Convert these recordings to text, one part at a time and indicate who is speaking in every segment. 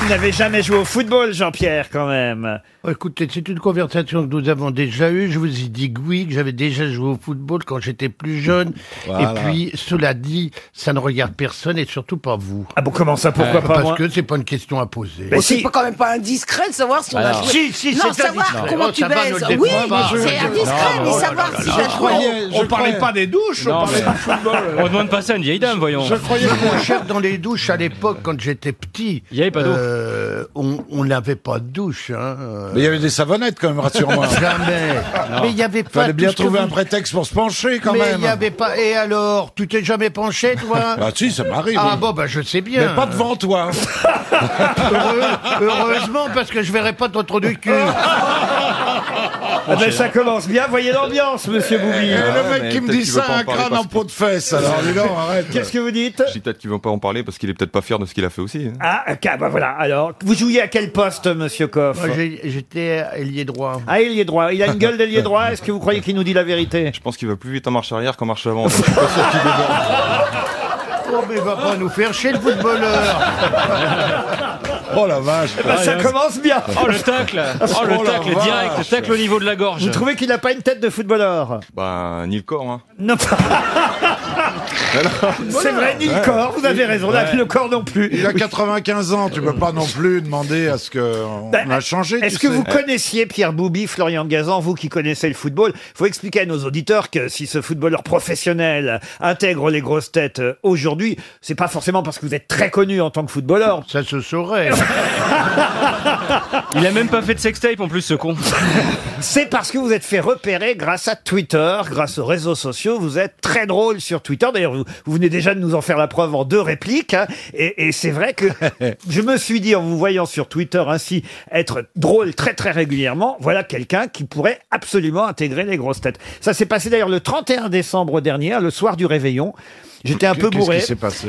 Speaker 1: Vous n'avez jamais joué au football, Jean-Pierre, quand même.
Speaker 2: Écoutez, c'est une conversation que nous avons déjà eue. Je vous ai dit que oui, que j'avais déjà joué au football quand j'étais plus jeune.
Speaker 3: Voilà.
Speaker 2: Et puis, cela dit, ça ne regarde personne et surtout pas vous.
Speaker 1: Ah bon, comment ça Pourquoi pas
Speaker 2: Parce
Speaker 1: moi
Speaker 2: que c'est pas une question à poser.
Speaker 1: Mais
Speaker 4: C'est
Speaker 1: si,
Speaker 4: pas quand même pas indiscret de savoir si on a
Speaker 3: Alors.
Speaker 4: joué.
Speaker 2: Si, si,
Speaker 4: non,
Speaker 2: c'est
Speaker 4: savoir
Speaker 2: indiscret.
Speaker 4: comment
Speaker 2: Oh,
Speaker 4: tu
Speaker 2: ça va,
Speaker 4: baises.
Speaker 2: notre défunt,
Speaker 4: oui,
Speaker 2: bah, je-
Speaker 4: c'est indiscret, mais savoir si
Speaker 3: Je
Speaker 4: t'as joué.
Speaker 5: Ah,
Speaker 3: croyais, je croyais-
Speaker 6: des douches,
Speaker 7: Non, mais- euh. On demande pas ça à une vieille dame, voyons.
Speaker 6: Je croyais
Speaker 2: Non, mon cher, dans les douches à l'époque, quand j'étais petit,
Speaker 7: Il y avait pas d'eau.
Speaker 2: euh, on on n'avait pas de douche. Hein. euh,
Speaker 3: Mais il y avait des savonnettes quand même, rassure-moi.
Speaker 2: Jamais. Mais il n'y avait pas.
Speaker 3: Fallait bien
Speaker 2: tout ce que
Speaker 3: trouver
Speaker 2: vous-
Speaker 3: un prétexte pour se pencher quand
Speaker 2: Mais
Speaker 3: même.
Speaker 2: il n'y avait pas. Et alors, tu t'es jamais penché, toi
Speaker 3: Ah si, ça m'arrive.
Speaker 2: Ah
Speaker 3: oui.
Speaker 2: bon, bah je sais bien.
Speaker 3: Mais pas devant toi.
Speaker 5: Ah,
Speaker 3: hein.
Speaker 2: Heureux- heureusement, parce que je verrai pas ton trou du cul.
Speaker 1: ah ben, ça commence bien. Voyez l'ambiance, monsieur
Speaker 2: Euh,
Speaker 1: Boubi.
Speaker 3: Et le
Speaker 5: mais
Speaker 3: mec qui me
Speaker 5: peut-être
Speaker 3: dit
Speaker 5: qu'il veut
Speaker 3: ça
Speaker 5: pas
Speaker 3: a
Speaker 5: en
Speaker 3: un
Speaker 5: parler
Speaker 3: crâne
Speaker 5: parce
Speaker 3: en peau de fesse. Alors dis donc, arrête.
Speaker 1: Qu'est-ce que vous dites
Speaker 5: Je dis peut-être qu'il veut pas en parler parce qu'il est peut-être pas fier de ce qu'il a fait aussi. hein.
Speaker 1: Ah, ok, bah voilà. Alors, vous jouiez à quel poste, monsieur Coff
Speaker 2: Moi, j'ai- j'étais ailier droit.
Speaker 1: Ah, il est droit. Il a une gueule d'ailier droit. Est-ce que vous croyez qu'il nous dit la vérité
Speaker 5: Je pense qu'il va plus vite en marche arrière qu'en marche avant.
Speaker 2: Oh, mais va pas nous faire chier le footballeur.
Speaker 3: Oh la vache.
Speaker 1: Bah, Ça commence bien.
Speaker 7: Oh le tacle Oh le
Speaker 3: Oh la
Speaker 7: tacle
Speaker 3: vache.
Speaker 7: direct, le tacle au niveau de la gorge.
Speaker 1: Vous trouvez qu'il n'a pas une tête de footballeur
Speaker 5: bah, ni le corps. Hein.
Speaker 1: Non, c'est vrai, ni le corps. Vous avez raison. Là, le corps non plus.
Speaker 3: Il a 95 ans, tu peux pas non plus demander à ce qu'on
Speaker 1: Ben,
Speaker 3: a changé.
Speaker 1: Est-ce
Speaker 3: tu
Speaker 1: que
Speaker 3: sais.
Speaker 1: vous connaissiez Pierre Boubi, Florian Gazan, vous qui connaissez le football faut expliquer à nos auditeurs que si ce footballeur professionnel intègre les grosses têtes euh, aujourd'hui, c'est pas forcément parce que vous êtes très connu en tant que footballeur.
Speaker 2: Ça se saurait.
Speaker 7: Il a même pas fait de sextape en plus ce con.
Speaker 1: C'est parce que vous êtes fait repérer grâce à Twitter, grâce aux réseaux sociaux. Vous êtes très drôle sur Twitter. D'ailleurs, vous, vous venez déjà de nous en faire la preuve en deux répliques. hein. Et, et c'est vrai que je me suis dit, en vous voyant sur Twitter ainsi être drôle très très régulièrement, voilà quelqu'un qui pourrait absolument intégrer les grosses têtes. Ça s'est passé d'ailleurs le 31 décembre dernier, le soir du réveillon. J'étais un peu bourré.
Speaker 3: Qu'est-ce qui s'est passé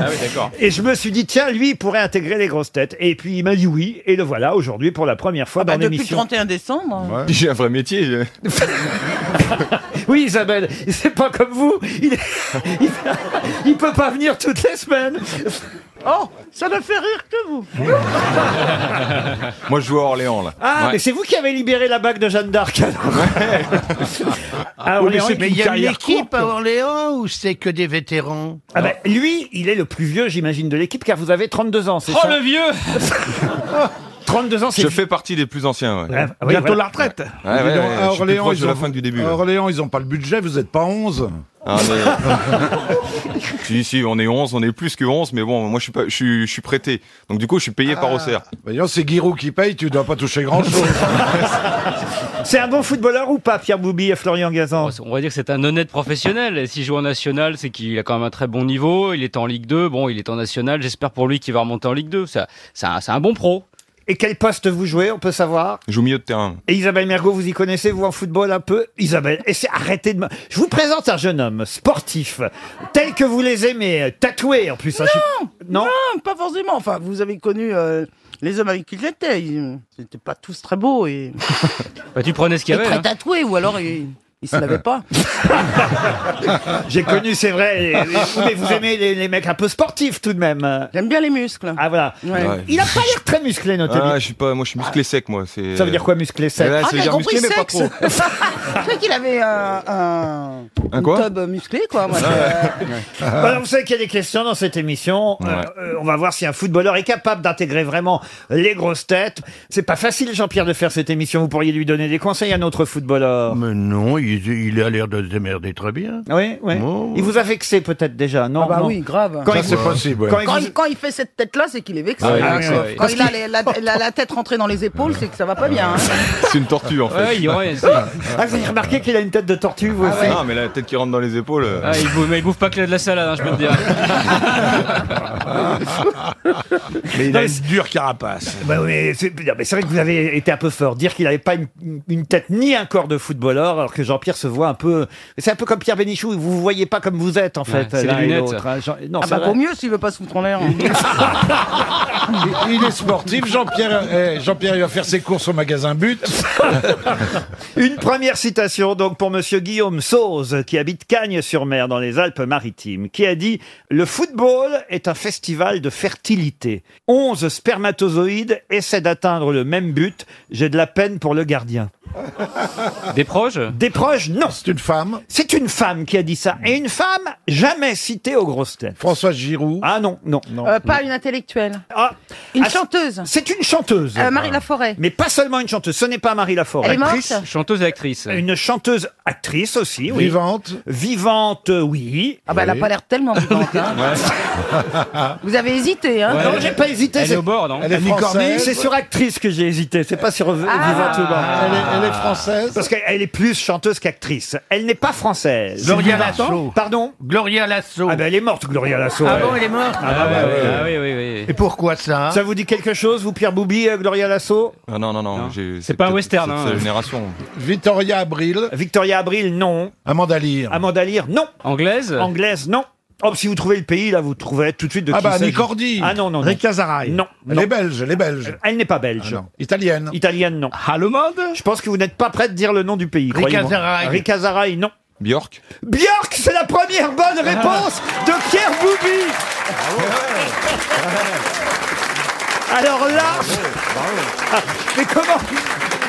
Speaker 7: Ah oui d'accord.
Speaker 1: Et je me suis dit, tiens, lui, il pourrait intégrer les grosses têtes. Et puis, il m'a dit oui. Et le voilà aujourd'hui pour la première
Speaker 7: Ah, bah,
Speaker 3: Ah bah,
Speaker 1: fois dans
Speaker 4: Bah, depuis le
Speaker 1: l'émission.
Speaker 4: 31 décembre. hein.
Speaker 5: J'ai un vrai métier. je-
Speaker 1: Oui, Isabelle, c'est pas comme vous. Il, il, il peut pas venir toutes les semaines.
Speaker 4: Oh, ça ne fait rire que vous.
Speaker 5: Moi, je joue à Orléans là.
Speaker 1: Ah,
Speaker 7: Ouais.
Speaker 1: mais c'est vous qui avez libéré la bague de Jeanne d'Arc. alors. Ah,
Speaker 6: Oui, mais
Speaker 1: Orléans,
Speaker 6: c'est-
Speaker 2: Mais
Speaker 1: il-
Speaker 2: il y a une
Speaker 6: carrière
Speaker 2: équipe
Speaker 6: courte.
Speaker 2: à Orléans ou c'est que des vétérans
Speaker 1: hein. ah ben, lui, il est le plus vieux, j'imagine, de l'équipe, car vous avez 32 ans, c'est
Speaker 7: Oh
Speaker 1: ça
Speaker 7: le vieux
Speaker 1: 32 ans, c'est...
Speaker 5: Je fais partie des plus anciens. Ouais.
Speaker 1: Ah, oui,
Speaker 6: bientôt
Speaker 1: voilà.
Speaker 6: la retraite.
Speaker 5: Ouais, ouais,
Speaker 3: Dis donc,
Speaker 5: ouais, je
Speaker 3: à
Speaker 5: suis plus
Speaker 3: Orléans,
Speaker 5: proche
Speaker 3: ils
Speaker 5: de
Speaker 3: ont
Speaker 5: la fin du début.
Speaker 3: à
Speaker 5: ouais.
Speaker 3: Orléans, ils ont pas le budget, vous êtes pas 11.
Speaker 5: Ah, mais- si, si, on est 11, on est plus que 11, mais bon, moi je suis, pas, je suis, je suis prêté. Donc du coup, je suis payé par OCR.
Speaker 3: Voyons, c'est Giroud qui paye, tu dois pas toucher grand-chose.
Speaker 1: C'est un bon footballeur ou pas, Pierre Boubi et Florian
Speaker 4: Oh,
Speaker 1: Gazan
Speaker 7: On va dire que c'est un honnête professionnel. Et S'il joue en national, c'est qu'il a quand même un très bon niveau. Il est en Ligue 2. Bon, il est en national. J'espère pour lui qu'il va remonter en Ligue 2. Ça- C'est un, c'est un bon pro.
Speaker 1: Et quel poste vous jouez, on peut savoir
Speaker 5: Je joue au milieu de terrain.
Speaker 1: Et Isabelle Mergot, vous y connaissez, vous, en football un peu Isabelle, essayez, arrêtez de... me- Je vous présente un jeune homme, sportif, tel que vous les aimez, euh, tatoué en plus. hein, je- non
Speaker 4: Non, pas forcément. Enfin, vous avez connu euh, les hommes avec qui j'étais. Ils n'étaient pas tous très beaux et,
Speaker 7: Bah, tu prenais ce qu'il
Speaker 4: et
Speaker 7: y avait.
Speaker 4: très
Speaker 7: hein.
Speaker 4: tatoués, ou alors ils ne se lavaient pas.
Speaker 1: J'ai connu, c'est vrai. les- les- mais vous aimez les, les mecs un peu sportifs tout de même. euh.
Speaker 4: J'aime bien les muscles.
Speaker 1: Ah voilà.
Speaker 4: Ouais.
Speaker 5: Ouais.
Speaker 1: Il a pas l'air très musclé, notre
Speaker 5: Ah,
Speaker 1: ami.
Speaker 5: je suis pas, moi je suis musclé sec, moi.
Speaker 1: Ça veut dire quoi, musclé sec
Speaker 5: Ah, Ouais,
Speaker 4: Ah,
Speaker 5: c'est
Speaker 4: t'as
Speaker 5: dire
Speaker 4: compris
Speaker 5: musclé, mais pas
Speaker 4: sexe
Speaker 5: trop.
Speaker 4: Je croyais qu'il avait un, un,
Speaker 5: Un quoi
Speaker 4: tub musclé, quoi. Moi, je-
Speaker 1: Voilà, vous savez qu'il y a des questions dans cette émission. Euh,
Speaker 5: Ouais.
Speaker 1: euh, on va voir si un footballeur est capable d'intégrer vraiment les grosses têtes. C'est pas facile, Jean-Pierre, de faire cette émission. Vous pourriez lui donner des conseils à notre footballeur.
Speaker 2: Ah, Mais non, il, il a l'air de se démerder très bien.
Speaker 1: Oui, oui.
Speaker 2: Oh.
Speaker 1: Il vous a vexé peut-être déjà, non
Speaker 4: Ah bah
Speaker 1: non.
Speaker 4: oui, grave.
Speaker 1: Quand
Speaker 3: Ça,
Speaker 1: il
Speaker 3: c'est
Speaker 1: vous-
Speaker 3: possible. ouais.
Speaker 1: quand il
Speaker 4: Quand
Speaker 1: vous-
Speaker 4: il, quand il fait cette tête-là, c'est qu'il est vexé.
Speaker 7: Ah oui,
Speaker 4: Hein.
Speaker 7: il est vexé, oui.
Speaker 4: Quand il a les- la, la- la tête rentrée dans les épaules, c'est que ça va pas bien. hein.
Speaker 5: C'est une tortue en fait.
Speaker 7: Ouais, il, ouais, c'est-
Speaker 1: Ah, vous avez remarqué qu'il a une tête de tortue,
Speaker 4: Ah
Speaker 1: vous aussi
Speaker 5: Non, mais la tête qui rentre dans les épaules. euh,
Speaker 7: Ah, il bouffe, mais il bouffe pas que de la salade, hein, je peux te dire.
Speaker 6: Mais il
Speaker 1: Non,
Speaker 6: a
Speaker 1: mais
Speaker 6: une
Speaker 1: c'est-
Speaker 6: dure carapace.
Speaker 1: Bah oui, mais c'est non, mais c'est vrai que vous avez été un peu fort. Dire qu'il n'avait pas une, une tête ni un corps de footballeur, alors que Jean-Pierre se voit un peu. C'est un peu comme Pierre Bénichou, vous ne voyez pas comme vous êtes en fait.
Speaker 7: c'est
Speaker 1: l'un
Speaker 7: les
Speaker 1: et
Speaker 7: lunettes.
Speaker 1: l'autre, hein. Jean- Non,
Speaker 4: Ah
Speaker 1: c'est
Speaker 4: bah
Speaker 1: vrai.
Speaker 4: vaut mieux s'il veut pas se foutre en l'air. hein.
Speaker 3: Il- Il est sportif, Jean-Pierre. eh, Jean-Pierre, il va faire ses courses au magasin But.
Speaker 1: Une première citation donc pour Monsieur Guillaume Sauze, qui habite Cagnes-sur-Mer dans les Alpes-Maritimes, qui a dit Le football est un festival de fertilité. décédé. 11 spermatozoïdes essaient d'atteindre le même but. J'ai de la peine pour le gardien.
Speaker 7: Des proches
Speaker 1: Des proches, non. C'est une femme C'est une femme qui a dit ça. Et une femme jamais citée aux grosses têtes. Françoise Giroud Ah non, non. Ah.
Speaker 8: Euh, pas une intellectuelle.
Speaker 4: Ah,
Speaker 8: Une chanteuse.
Speaker 1: C'est une chanteuse.
Speaker 8: Euh, Marie Laforêt.
Speaker 1: Mais pas seulement une chanteuse, ce n'est pas Marie Laforêt.
Speaker 8: Elle est morte Actrice
Speaker 7: Chanteuse et actrice.
Speaker 1: Une chanteuse actrice aussi, oui.
Speaker 3: Vivante
Speaker 1: Vivante, euh, oui.
Speaker 8: Ah bah, elle a pas l'air tellement vivante. hein. Vous avez hésité, hein
Speaker 1: Non, j'ai pas hésité. c'est- Annie Cordy, C'est sur actrice que j'ai hésité, c'est pas sur v-
Speaker 8: Ah.
Speaker 1: vivante ou morte.
Speaker 8: Elle est- elle est
Speaker 1: française Parce qu'elle est plus chanteuse qu'actrice. Elle n'est pas française.
Speaker 9: Gloria
Speaker 1: Sylvie Vartan
Speaker 9: Lasso.
Speaker 1: Pardon Gloria Lasso. Ah ben elle est morte, Gloria Lasso.
Speaker 9: Ah
Speaker 1: ouais.
Speaker 9: bon, elle est morte
Speaker 1: Ah, bah, ouais, ouais.
Speaker 7: oui, oui, oui.
Speaker 9: Et pourquoi ça
Speaker 1: Ça vous dit quelque chose, vous, Pierre Boubi, euh, Gloria Lasso
Speaker 5: Ah non, non, non. j'ai-
Speaker 7: C'est pas un western.
Speaker 5: c'est
Speaker 7: hein.
Speaker 5: de sa génération.
Speaker 1: Victoria Abril. Victoria Abril, non. Amanda Lear. Amanda Lear, non.
Speaker 7: Anglaise
Speaker 1: Anglaise, non. Oh, si vous trouvez le pays, là, vous trouvez tout de suite de
Speaker 3: Ah
Speaker 1: qui
Speaker 3: bah,
Speaker 1: il s'agit.
Speaker 3: Annie Cordy.
Speaker 1: Ah non, non, non.
Speaker 3: Rick Lazaraï.
Speaker 1: Non.
Speaker 3: Elle est belge, elle est belge.
Speaker 1: Elle n'est pas belge.
Speaker 3: Ah non. Italienne.
Speaker 1: Italienne, non.
Speaker 7: Allemande
Speaker 1: Je pense que vous n'êtes pas prêt de dire le nom du pays,
Speaker 3: Rick
Speaker 1: croyez-moi.
Speaker 3: Azaraï.
Speaker 1: Rick Azaraï, non.
Speaker 5: Björk
Speaker 1: Björk, c'est la première bonne réponse de Pierre Boubi Alors là... Ah, mais comment...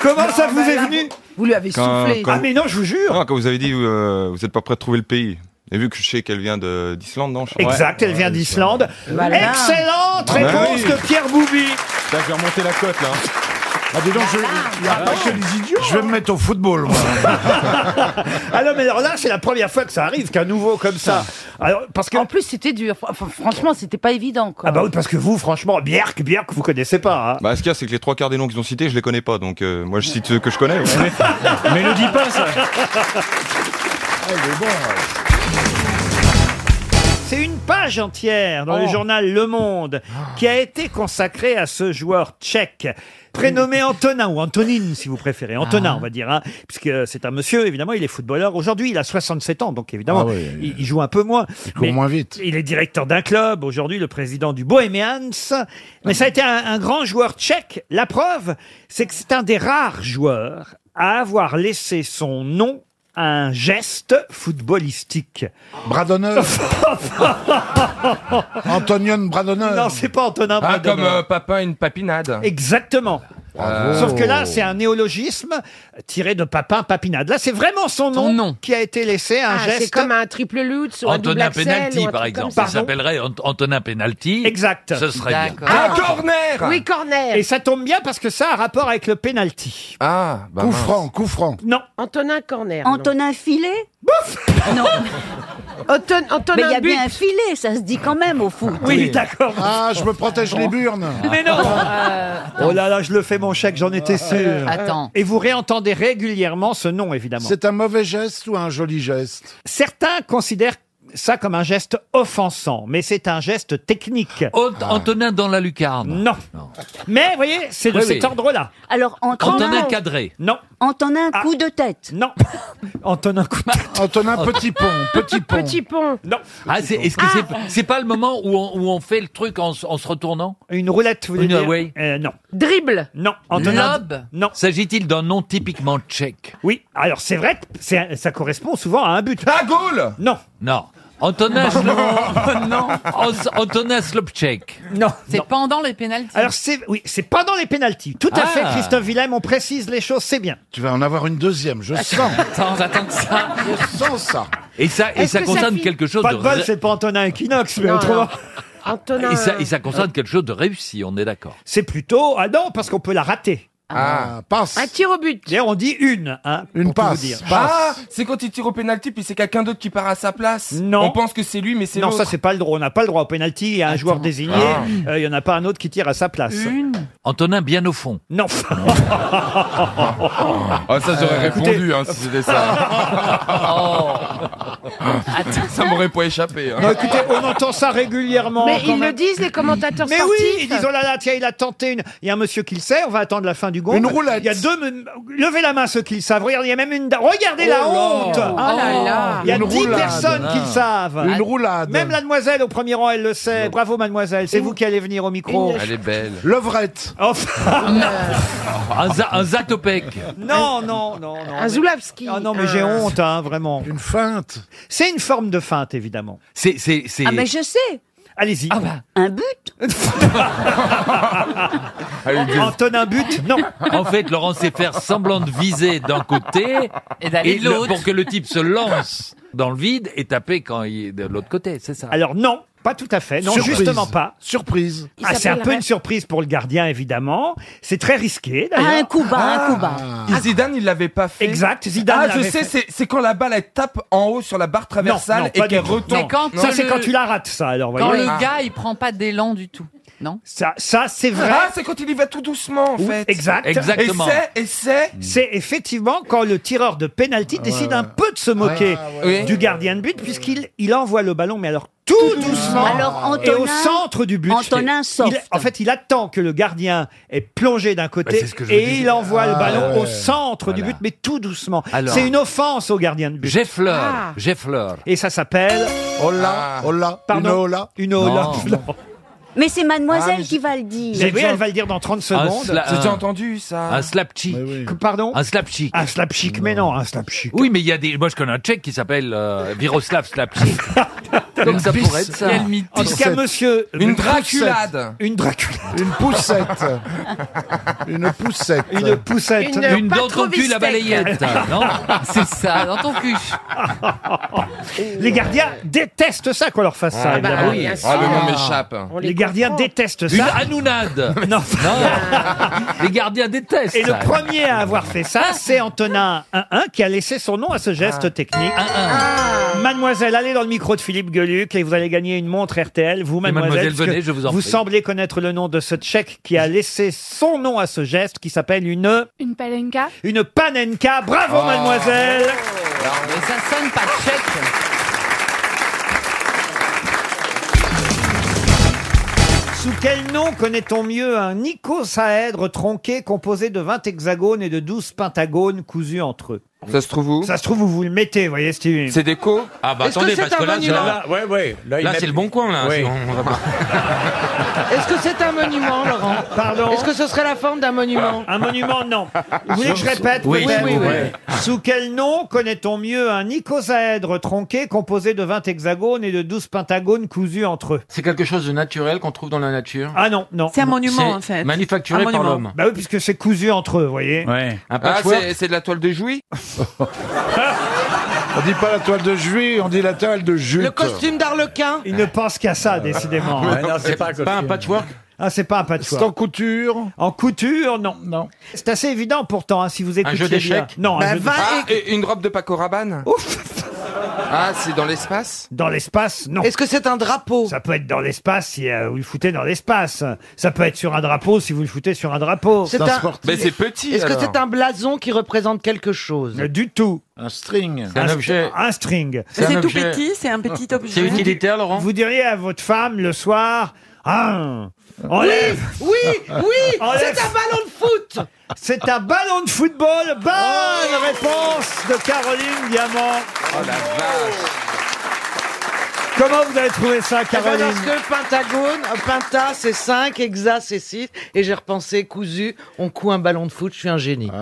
Speaker 1: Comment ça vous est venu
Speaker 8: Vous lui avez soufflé.
Speaker 5: quand-
Speaker 1: Ah mais non, je vous jure
Speaker 5: Non, quand vous avez dit euh, vous n'êtes pas prêt de trouver le pays. Et vu que je sais qu'elle vient de- d'Islande, non je crois.
Speaker 1: Exact, elle vient d'Islande.
Speaker 8: Malin.
Speaker 1: Excellente
Speaker 5: Ah, bah
Speaker 1: réponse
Speaker 5: oui.
Speaker 1: de Pierre Boubi
Speaker 5: Là, je vais remonter la cote, là.
Speaker 3: Ah, dis donc, je, il y a pas que les idiots. Je vais me mettre au football, moi.
Speaker 1: Alors mais alors là, c'est la première fois que ça arrive, qu'un nouveau comme ça.
Speaker 3: Ah.
Speaker 1: Alors, parce
Speaker 4: Ah,
Speaker 1: que...
Speaker 8: En plus, c'était dur. Fr- fr- franchement, c'était pas évident, quoi.
Speaker 1: Ah bah oui, parce que vous, franchement, Björk, Björk, vous connaissez pas. hein.
Speaker 5: Bah, ce qu'il y a, c'est que les trois quarts des noms qu'ils ont cités, je les connais pas. Donc, euh, moi, je cite ceux que je connais. ouais.
Speaker 7: Mais ne dis pas ça.
Speaker 1: C'est une page entière dans le
Speaker 3: Oh.
Speaker 1: journal Le Monde qui a été consacrée à ce joueur tchèque, prénommé Antonin, ou Antonine si vous préférez. Antonin,
Speaker 3: Ah.
Speaker 1: on va dire, hein, puisque c'est un monsieur, évidemment, il est footballeur. Aujourd'hui, il a 67 ans, donc évidemment,
Speaker 3: Ah oui.
Speaker 1: il, il joue un peu moins.
Speaker 3: court
Speaker 1: mais
Speaker 3: moins vite.
Speaker 1: Il est directeur d'un club, aujourd'hui le président du Bohemians. Mais ça a été un, un grand joueur tchèque. La preuve, c'est que c'est un des rares joueurs à avoir laissé son nom à un geste footballistique.
Speaker 3: Bradonneur. Antonion Bradonneur.
Speaker 1: Non, c'est pas Antonin
Speaker 10: Ah,
Speaker 1: Bradonneur.
Speaker 10: comme euh, papa une papinade.
Speaker 1: Exactement. Sauf que là, c'est un néologisme tiré de papin papinade. Là, c'est vraiment son nom, qui a été laissé à un
Speaker 11: Ah, c'est
Speaker 1: geste.
Speaker 11: comme un triple Lutz ou un double
Speaker 12: Antonin
Speaker 11: axel.
Speaker 12: Penalty,
Speaker 11: ou un
Speaker 12: par
Speaker 11: truc comme
Speaker 12: exemple.
Speaker 11: ça.
Speaker 12: Ça
Speaker 1: Pardon
Speaker 12: s'appellerait Ant- Antonin Penalty.
Speaker 1: Exact.
Speaker 12: Ce serait bien.
Speaker 11: Ah,
Speaker 10: corner
Speaker 11: Oui, corner.
Speaker 1: Et ça tombe bien parce que ça a rapport avec le penalty.
Speaker 10: Ah, bah
Speaker 3: Coup
Speaker 10: mince.
Speaker 3: franc, coup franc.
Speaker 1: Non,
Speaker 11: Antonin Corner. non.
Speaker 13: Antonin Filet Non,
Speaker 11: Anton-
Speaker 13: mais il y
Speaker 11: Antonin
Speaker 13: a
Speaker 11: But.
Speaker 13: bien un filet, ça se dit quand même au foot.
Speaker 1: oui, d'accord.
Speaker 3: Ah, je me protège les burnes.
Speaker 1: Mais non Oh là là, je le fais mon chèque, j'en étais sûr.
Speaker 13: Attends.
Speaker 1: Euh, Et vous réentendez régulièrement ce nom, évidemment.
Speaker 3: C'est un mauvais geste ou un joli geste
Speaker 1: Certains considèrent ça comme un geste offensant, mais c'est un geste technique.
Speaker 12: Ant- Antonin dans la lucarne.
Speaker 1: Oh. Non. Mais, vous voyez, c'est de
Speaker 12: Oui,
Speaker 1: cet
Speaker 12: oui.
Speaker 1: ordre-là.
Speaker 13: Alors,
Speaker 12: Antonin
Speaker 13: Antonin,
Speaker 12: cadré.
Speaker 1: Non,
Speaker 13: Antonin, coup de tête.
Speaker 1: non. Antonin Coupe.
Speaker 3: Antonin Petit Pont, Petit Pont.
Speaker 11: Petit pont.
Speaker 1: Non.
Speaker 12: Ah, c'est, est-ce que c'est, c'est pas le moment où on, où on fait le truc en, s- en se retournant
Speaker 1: Une roulette, vous voulez
Speaker 12: Une
Speaker 1: dire
Speaker 12: away.
Speaker 1: Euh, Non.
Speaker 11: Dribble.
Speaker 1: Non. Antonin.
Speaker 12: Lob
Speaker 1: Non.
Speaker 12: S'agit-il d'un nom typiquement tchèque
Speaker 1: Oui. Alors, c'est vrai que c'est- ça correspond souvent à un but.
Speaker 10: La Gaule
Speaker 1: Non.
Speaker 12: Non. Antonin, Slo- non. Os- Antonin Slopchek.
Speaker 1: Non. non.
Speaker 13: pendant les pénaltys.
Speaker 1: Alors, c'est, oui, c'est pendant les pénalties. Tout à
Speaker 12: Ah.
Speaker 1: fait, Christophe Willem, on précise les choses, c'est bien.
Speaker 3: Tu vas en avoir une deuxième,
Speaker 2: Ah,
Speaker 3: je sens.
Speaker 12: Attends, j'attends que ça.
Speaker 3: je sens ça.
Speaker 12: Et ça, et
Speaker 11: Est-ce
Speaker 12: ça
Speaker 11: que ça
Speaker 12: concerne
Speaker 11: fit-
Speaker 12: quelque chose
Speaker 1: Pas
Speaker 12: de.
Speaker 1: de bol,
Speaker 12: ré-
Speaker 1: c'est pas Antonin Equinox, mais
Speaker 11: Non,
Speaker 1: autrement.
Speaker 11: non. Antonin.
Speaker 12: et ça, et ça concerne quelque chose de réussi, on est d'accord.
Speaker 1: C'est plutôt, ah non, parce qu'on peut la rater.
Speaker 3: Ah, passe.
Speaker 11: Un tir au but.
Speaker 1: D'ailleurs, on dit une, hein.
Speaker 3: Une
Speaker 1: pour tout
Speaker 3: passe.
Speaker 1: vous dire.
Speaker 10: Ah, c'est quand il tire au pénalty puis c'est quelqu'un d'autre qui part à sa place.
Speaker 1: Non.
Speaker 10: On pense que c'est lui, mais c'est
Speaker 1: Non,
Speaker 10: l'autre. Ah.
Speaker 1: ça, c'est pas le droit. On n'a pas le droit au penalty. Il y a un joueur désigné. euh, Il y en a pas un autre qui tire à sa place.
Speaker 12: Antonin, bien au fond.
Speaker 1: Non.
Speaker 10: Ah, ça
Speaker 7: Euh,
Speaker 10: j'aurais répondu hein, si c'était ça. Oh. ça m'aurait pas échappé. hein.
Speaker 1: non, écoutez, on entend ça
Speaker 12: Oh,
Speaker 1: régulièrement.
Speaker 11: Mais
Speaker 1: quand
Speaker 11: ils le
Speaker 1: même.
Speaker 11: disent, les commentateurs
Speaker 1: Mais oui,
Speaker 11: sportifs.
Speaker 1: ils disent oh là là, tiens, il a tenté une. Il y a un monsieur qui le sait, on va attendre la fin du gong.
Speaker 3: Une roulette.
Speaker 1: Il y a deux. men- Levez la main ceux qui le savent. Regardez, il y a même une. da- Regardez la honte
Speaker 11: Oh
Speaker 4: Ah.
Speaker 11: là là.
Speaker 1: Il y a
Speaker 3: Une
Speaker 1: dix
Speaker 3: roulade.
Speaker 1: personnes qui le
Speaker 2: ah,
Speaker 1: savent.
Speaker 3: Une roulade.
Speaker 1: Ah,
Speaker 2: ben.
Speaker 1: Même la demoiselle au premier rang, elle le sait. Bravo, mademoiselle. C'est vous qui allez venir au micro.
Speaker 12: Elle est belle.
Speaker 3: Levrette.
Speaker 1: Enfin,
Speaker 12: Un, za- un Zatopek.
Speaker 1: non, non, non, non.
Speaker 11: Un Euh. Zulawski.
Speaker 1: Ah non, mais j'ai
Speaker 11: Un-
Speaker 1: honte, hein, vraiment.
Speaker 3: Une feinte.
Speaker 1: C'est une forme de feinte, évidemment.
Speaker 12: C'est, c'est, c'est.
Speaker 13: Ah, mais je sais.
Speaker 1: Allez-y.
Speaker 13: Un but
Speaker 1: Antonin But Non.
Speaker 12: En fait, Laurent sait faire semblant de viser d'un côté
Speaker 1: Et d'aller de
Speaker 12: le-
Speaker 1: l'autre.
Speaker 12: pour que le type se lance dans le vide et taper quand il est de l'autre côté, c'est ça
Speaker 1: Alors non, pas tout à fait. Non,
Speaker 12: Surprise.
Speaker 1: justement pas.
Speaker 12: Surprise.
Speaker 1: Ah, c'est un peu une surprise pour le gardien, évidemment. C'est très risqué, d'ailleurs.
Speaker 10: Ah, un coup bas, un
Speaker 1: Ah.
Speaker 10: coup bas. Et Zidane, il l'avait pas fait.
Speaker 1: Exact, Zidane
Speaker 10: Ah, je
Speaker 1: l'avait
Speaker 10: sais,
Speaker 1: fait.
Speaker 10: c'est- c'est quand la balle, elle tape en haut sur la barre traversale
Speaker 1: Non, non, pas
Speaker 10: et qu'elle
Speaker 1: du tout.
Speaker 10: retombe.
Speaker 1: ça, c'est quand tu la rates, ça, alors,
Speaker 13: Quand
Speaker 1: voyez.
Speaker 13: le
Speaker 1: Ah.
Speaker 13: gars, il prend pas d'élan du tout. Non
Speaker 1: Ça, ça c'est vrai.
Speaker 10: Ah, c'est quand il y va tout doucement, en
Speaker 1: Oui,
Speaker 10: fait.
Speaker 1: Exact.
Speaker 10: Et c'est- Et c'est
Speaker 1: C'est effectivement quand le tireur de penalty décide un peu de se moquer
Speaker 10: Ouais, ouais, ouais.
Speaker 1: du gardien de but puisqu'il il envoie le ballon, mais alors tout doucement
Speaker 13: Alors,
Speaker 1: et
Speaker 13: Antonin-
Speaker 1: au centre du but.
Speaker 13: Antonin soft.
Speaker 1: Il- en fait, il attend que le gardien est plongé d'un côté
Speaker 12: Bah, c'est ce que je vous
Speaker 1: et
Speaker 12: disais.
Speaker 1: il envoie le
Speaker 12: Ah,
Speaker 1: ballon
Speaker 12: ouais.
Speaker 1: au centre du but, mais tout doucement.
Speaker 12: Alors.
Speaker 1: C'est une offense au gardien de but.
Speaker 12: J'ai fleur,
Speaker 10: Ah.
Speaker 12: j'ai fleur.
Speaker 1: Et ça s'appelle.
Speaker 3: Ah.
Speaker 12: Hola, hola,
Speaker 1: Pardon.
Speaker 12: une hola.
Speaker 1: Une hola.
Speaker 12: Non.
Speaker 1: Non.
Speaker 13: Mais c'est mademoiselle
Speaker 1: Ah, mais je-
Speaker 13: qui va le dire.
Speaker 1: Vous voyez, elle va le dire dans 30 secondes.
Speaker 12: sla- un-
Speaker 10: entendu ça.
Speaker 3: Ah,
Speaker 12: Un slap chic.
Speaker 1: Pardon
Speaker 12: Un slap chic.
Speaker 1: Un slap chic, mais non, un slap chic.
Speaker 12: Oui, mais il y a des. Moi, je connais un tchèque qui s'appelle euh, Viroslav Slapchik. Donc ça pourrait être ça.
Speaker 1: En tout cas, monsieur.
Speaker 12: Une
Speaker 1: Poussette.
Speaker 12: draculade.
Speaker 1: Une draculade.
Speaker 12: Une poussette.
Speaker 1: Une poussette. Une poussette.
Speaker 12: Une- Une dans ton cul, la balayette. Non
Speaker 1: C'est ça, dans ton cul. Les gardiens détestent ça qu'on leur fasse ça.
Speaker 12: Ah bah,
Speaker 1: évidemment.
Speaker 12: oui, bien sûr. Ah, le nom m'échappe. On
Speaker 1: Les
Speaker 12: les
Speaker 1: gardiens
Speaker 12: comprend.
Speaker 1: détestent ça.
Speaker 12: Une hanounade.
Speaker 1: Non.
Speaker 12: Les gardiens détestent.
Speaker 1: Et le
Speaker 12: ça.
Speaker 1: premier à avoir fait ça, c'est Antonin 1-1 qui a laissé son nom à ce geste
Speaker 12: Ah.
Speaker 1: technique. Mademoiselle, allez dans le micro de Philippe Gueluc et vous allez gagner une montre RTL. Vous, mademoiselle,
Speaker 12: mademoiselle,
Speaker 1: parce que
Speaker 12: venez, je vous en prie.
Speaker 1: semblez connaître le nom de ce tchèque qui a laissé son nom à ce geste qui s'appelle une...
Speaker 11: Une palenka
Speaker 1: Une panenka. Bravo,
Speaker 11: Oh.
Speaker 1: mademoiselle
Speaker 12: Mais ça sonne pas tchèque.
Speaker 1: Sous quel nom connaît-on mieux un icosaèdre tronqué composé de 20 hexagones et de 12 pentagones cousus entre eux
Speaker 10: Ça se trouve où
Speaker 1: Ça se trouve, vous vous le mettez, vous voyez, Stevie.
Speaker 10: C'est déco
Speaker 12: Ah bah attendez, parce que là, là,
Speaker 14: ouais, ouais, là, il met-
Speaker 12: coin, là.
Speaker 14: Oui.
Speaker 12: sinon on va pas-
Speaker 15: Est-ce que c'est un monument, Laurent
Speaker 1: Pardon
Speaker 15: Est-ce que ce serait la forme d'un monument
Speaker 1: Un monument, non. Vous voulez que je répète
Speaker 15: Oui,
Speaker 1: peut-être
Speaker 15: oui, oui, oui.
Speaker 1: Sous quel nom connaît-on mieux un icosaèdre tronqué composé de 20 hexagones et de 12 pentagones cousus entre eux
Speaker 16: C'est quelque chose de naturel qu'on trouve dans la nature.
Speaker 1: Ah non, non.
Speaker 16: C'est un monument, C'est en fait.
Speaker 11: Ah,
Speaker 16: manufacturé Un par monument. l'homme.
Speaker 1: Bah oui, puisque c'est cousu entre eux, vous voyez.
Speaker 16: Un
Speaker 10: Ah,
Speaker 16: patchwork.
Speaker 10: c'est- c'est de la toile de Jouy
Speaker 3: On dit pas la toile de juillet, on dit la toile de jute.
Speaker 15: Le costume d'Arlequin
Speaker 1: Il ne pense qu'à ça, décidément.
Speaker 3: Ouais, non, c'est C'est pas un pas un costume. patchwork
Speaker 1: Ah, c'est pas un patchwork.
Speaker 3: C'est
Speaker 1: en couture En couture, non. Non. Bah, C'est assez évident pourtant, hein, si vous écoutez bien. Non, un jeu d'échecs.
Speaker 10: Ah, Une robe de Paco Rabanne
Speaker 1: Ouf
Speaker 10: Ah, c'est dans l'espace
Speaker 1: Dans l'espace, non. Est-ce que c'est un drapeau Ça peut être dans l'espace si euh, vous le foutez dans l'espace. Ça peut être sur un drapeau si vous le foutez sur un drapeau.
Speaker 15: Est-ce que c'est un blason qui représente quelque chose
Speaker 1: Euh, Du tout.
Speaker 15: Un string.
Speaker 1: st- Un string.
Speaker 15: C'est C'est un tout objet. petit, c'est un petit objet. C'est utilitaire,
Speaker 1: Laurent Vous diriez à votre femme le soir Ah Enlève
Speaker 15: Oui, oui,
Speaker 1: Enlève.
Speaker 15: c'est un ballon de foot.
Speaker 1: C'est un ballon de football Bonne réponse de Caroline Diamant
Speaker 10: Oh la vache
Speaker 1: Comment vous avez trouvé ça,
Speaker 15: Eh ben,
Speaker 1: Caroline
Speaker 15: Parce que le pentagone, un penta c'est 5, hexa c'est 6, et j'ai repensé cousu, on coud un ballon de foot, je suis un génie.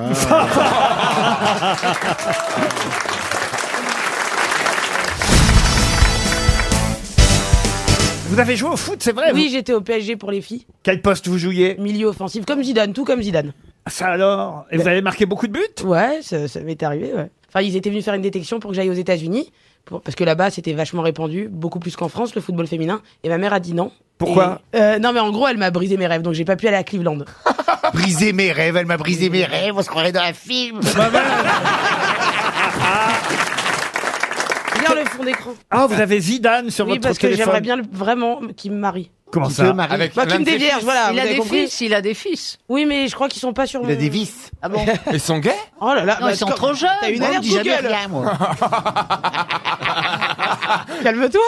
Speaker 1: Vous avez joué au foot, c'est vrai
Speaker 4: Oui,
Speaker 1: vous
Speaker 4: j'étais au PSG pour les filles.
Speaker 1: Quel poste vous
Speaker 11: Mm.
Speaker 1: jouiez Ah,
Speaker 4: Milieu offensif, comme Zidane, tout comme Zidane.
Speaker 1: Ça alors Et vous avez marqué beaucoup de buts
Speaker 4: Ouais, ça, ça m'est arrivé, ouais. Enfin, ils étaient venus faire une détection pour que j'aille aux États-Unis, pour- parce que là-bas, c'était vachement répandu, beaucoup plus qu'en France, le football féminin. Et ma mère a dit non.
Speaker 1: Pourquoi
Speaker 4: Et- euh, Non, mais en gros, elle m'a brisé mes rêves, donc j'ai pas pu aller à Cleveland.
Speaker 2: Briser mes rêves, elle m'a brisé mes rêves, on se croirait dans un film.
Speaker 4: Regarde le fond d'écran.
Speaker 1: Ah, vous avez Zidane sur
Speaker 4: Oui,
Speaker 1: votre
Speaker 4: parce que
Speaker 1: téléphone
Speaker 4: j'aimerais bien le- vraiment qu'il me marie.
Speaker 1: Comment ça Avec
Speaker 4: Bah, qu'il
Speaker 1: l'un
Speaker 4: me
Speaker 1: de ses
Speaker 4: dévierge,
Speaker 1: fils.
Speaker 4: voilà.
Speaker 8: Il a des
Speaker 4: fils, il a des fils. Oui, mais je crois qu'ils sont pas sur.
Speaker 1: Il a
Speaker 4: mon-
Speaker 1: des vis.
Speaker 4: Ah bon
Speaker 10: Ils sont gays
Speaker 4: Oh là là,
Speaker 8: Non,
Speaker 4: bah,
Speaker 8: ils sont
Speaker 4: quand-
Speaker 8: trop jeunes.
Speaker 4: T'as une
Speaker 8: Moi, on
Speaker 4: alerte
Speaker 8: me dit jamais
Speaker 4: Google.
Speaker 8: rien, moi.
Speaker 4: Calme-toi.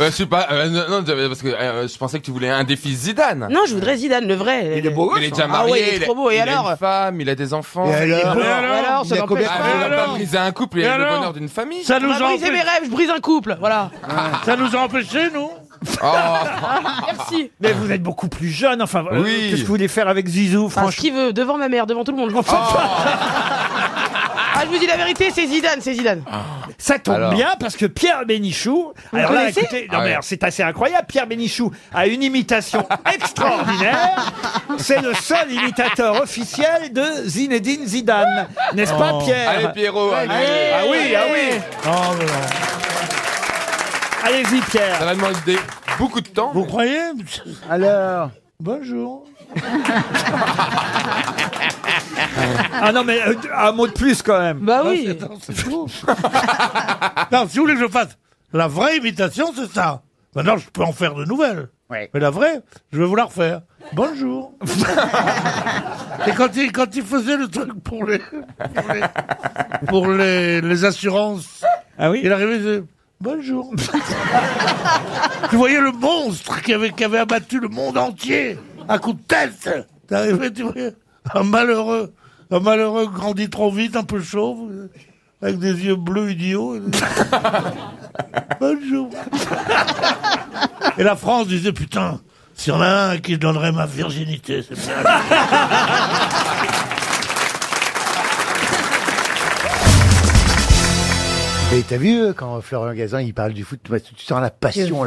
Speaker 10: Euh, Je sais pas, euh, non, non, parce que euh, je pensais que tu voulais un défi Zidane.
Speaker 4: Non, je voudrais Zidane, le vrai. Il est beau.
Speaker 10: Mais il est déjà marié,
Speaker 4: Ah ouais, il est trop beau. Et
Speaker 10: il a
Speaker 4: alors
Speaker 10: une femme, il a des enfants.
Speaker 4: Et alors Et alors, ça
Speaker 10: Il a
Speaker 4: n'empêche
Speaker 10: combien
Speaker 4: pas.
Speaker 10: Ah, mais Il
Speaker 4: Et
Speaker 10: a
Speaker 4: alors
Speaker 10: pas brisé un couple,
Speaker 4: Et
Speaker 10: il a le
Speaker 4: alors
Speaker 10: bonheur d'une famille.
Speaker 4: Ça nous a brisé mes rêves, je brise un couple, voilà.
Speaker 10: Ça
Speaker 4: nous a empêchés, nous Merci.
Speaker 1: Mais vous êtes beaucoup plus jeune, enfin, euh,
Speaker 10: Oui.
Speaker 1: qu'est-ce que vous voulez faire avec Zizou,
Speaker 4: Enfin, ce
Speaker 1: franchement
Speaker 4: qu'il veut, devant ma mère, devant tout le monde, je m'en fous. Ah, Ah, je vous dis la vérité, c'est Zidane, c'est Zidane.
Speaker 1: Ça tombe
Speaker 4: Alors.
Speaker 1: bien parce que Pierre
Speaker 4: Vous
Speaker 1: Bénichou, alors là,
Speaker 4: connaissez
Speaker 1: écoutez, non,
Speaker 4: Ah
Speaker 1: mais
Speaker 4: ouais.
Speaker 1: alors, c'est assez incroyable. Pierre Bénichou a une imitation extraordinaire. C'est le seul imitateur officiel de Zinedine Zidane, n'est-ce pas,
Speaker 10: Oh.
Speaker 1: Pierre
Speaker 10: Allez, Pierrot, allez.
Speaker 1: Ah oui, ah oui. Allez-y, Pierre.
Speaker 10: Ça va demander beaucoup de temps. Vous
Speaker 6: croyez Alors, bonjour.
Speaker 1: Ah non, mais euh, un mot de plus quand même.
Speaker 4: Bah oui.
Speaker 6: non, si vous voulez que je fasse la vraie imitation, c'est ça. Maintenant, je peux en faire de nouvelles. Mais la vraie, je vais vous la refaire. Bonjour. Et quand il, quand il faisait le truc pour les, pour les, pour les- les assurances, il arrivait, il faisait, bonjour. tu voyais le monstre qui avait, qui avait abattu le monde entier à coups de tête. T'arrivais, tu voyais un malheureux, un malheureux grandit trop vite, un peu chauve, euh, avec des yeux bleus idiots. euh. Bonjour. Et la France disait, putain, s'il y en a un qui donnerait ma virginité, c'est bien.
Speaker 2: Mais t'as vu, euh, quand Florian Gazan, il parle du foot, tu vois, tu sens la passion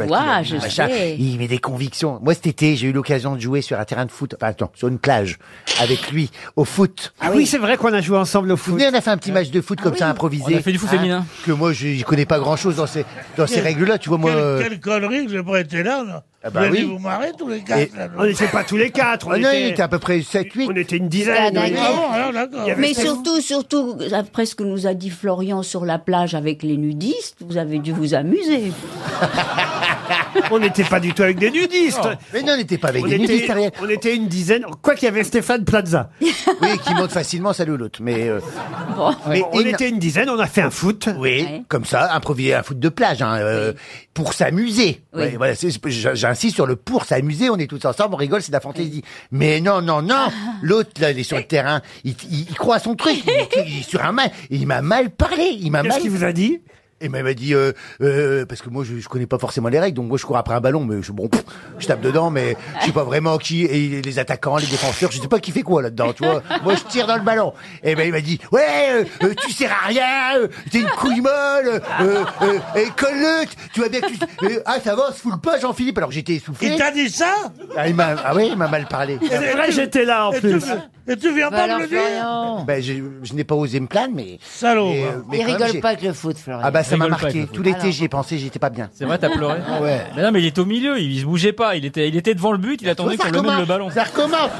Speaker 17: Je
Speaker 2: là.
Speaker 17: vois, je
Speaker 2: qu'il a, machin.
Speaker 17: sais.
Speaker 2: Il met des convictions. Moi, cet été, j'ai eu l'occasion de jouer sur un terrain de foot, enfin, attends, sur une plage, avec lui, au foot.
Speaker 1: Ah oui, c'est vrai qu'on a joué ensemble au foot.
Speaker 2: On a fait un petit match de foot comme ça, improvisé. Hein,
Speaker 6: On a fait du foot féminin.
Speaker 2: Que moi, je je connais pas grand chose dans ces, dans ces règles-là, tu vois, moi.
Speaker 6: Quelle,
Speaker 2: euh,
Speaker 6: quelle connerie que j'ai pas été là, là.
Speaker 2: Ah bah
Speaker 6: vous allez
Speaker 2: oui.
Speaker 6: vous marrer tous les quatre,
Speaker 2: Et-
Speaker 6: là, là.
Speaker 1: On n'était pas tous les quatre. On
Speaker 2: Ah non, il était
Speaker 1: était
Speaker 2: à peu près 7-8.
Speaker 1: On était une
Speaker 6: Ah
Speaker 1: dizaine.
Speaker 6: bon, alors,
Speaker 1: Il y
Speaker 6: d'accord.
Speaker 1: avait
Speaker 17: Mais
Speaker 1: tellement-
Speaker 17: surtout, surtout, après ce que nous a dit Florian sur la plage avec les nudistes, vous avez dû vous amuser.
Speaker 1: On n'était pas du tout avec des nudistes.
Speaker 2: Mais non, on n'était pas avec
Speaker 1: On
Speaker 2: des
Speaker 1: était-
Speaker 2: nudistes, Ariel.
Speaker 1: On était une dizaine. Quoi qu'il y avait Stéphane Plaza.
Speaker 2: Oui, qui monte facilement, salut l'autre. Mais, euh, mais
Speaker 1: on était une dizaine, on a fait un foot.
Speaker 2: Oui, comme ça, improvisé, un foot de plage, hein, euh, pour s'amuser.
Speaker 1: Oui.
Speaker 2: Ouais, voilà, c'est- j'- J'insiste sur le pour s'amuser, on est tous ensemble, on rigole, c'est de la fantaisie. Mais non, non, non, l'autre, là, il est sur le terrain, il, il- il croit à son truc, il, il est sur un mal, et il m'a mal parlé, il m'a
Speaker 1: Qu'est-ce
Speaker 2: mal...
Speaker 1: qu'il vous a dit
Speaker 2: et ben, il m'a dit euh, euh, parce que moi je, je connais pas forcément les règles donc moi je cours après un ballon mais je bon pff, je tape dedans mais je sais pas vraiment qui et les attaquants les défenseurs je sais pas qui fait quoi là dedans tu vois moi je tire dans le ballon et ben il m'a dit ouais euh, euh, tu sers à rien euh, t'es une couille molle euh, euh, et colle tu vois bien que tu euh, ah ça va on se fout le pas Jean-Philippe alors que j'étais essoufflé
Speaker 6: Il t'a dit ça
Speaker 2: ah, il m'a ah oui il m'a mal parlé
Speaker 6: Et c'est vrai, j'étais là, en Et tu- plus. et tu
Speaker 4: Bah
Speaker 6: viens pas me le dire
Speaker 2: ben, je, je n'ai pas osé me plaindre mais
Speaker 6: salaud
Speaker 2: mais, euh, mais quand même, j'ai-
Speaker 18: avec le foot, Florian.
Speaker 2: ah bah ça m'a
Speaker 18: hein. Rigole pas avec
Speaker 2: marqué
Speaker 18: le foot.
Speaker 2: tout l'été
Speaker 18: Alors.
Speaker 2: j'y ai pensé j'étais pas bien
Speaker 18: C'est vrai, t'as pleuré
Speaker 2: Ah ouais Bah,
Speaker 18: Mais non, mais il était au milieu, il se bougeait pas. Il était, il était devant le but, il attendait
Speaker 2: ça
Speaker 18: qu'on le mène
Speaker 2: recommence,
Speaker 18: le ballon.
Speaker 2: Ça recommence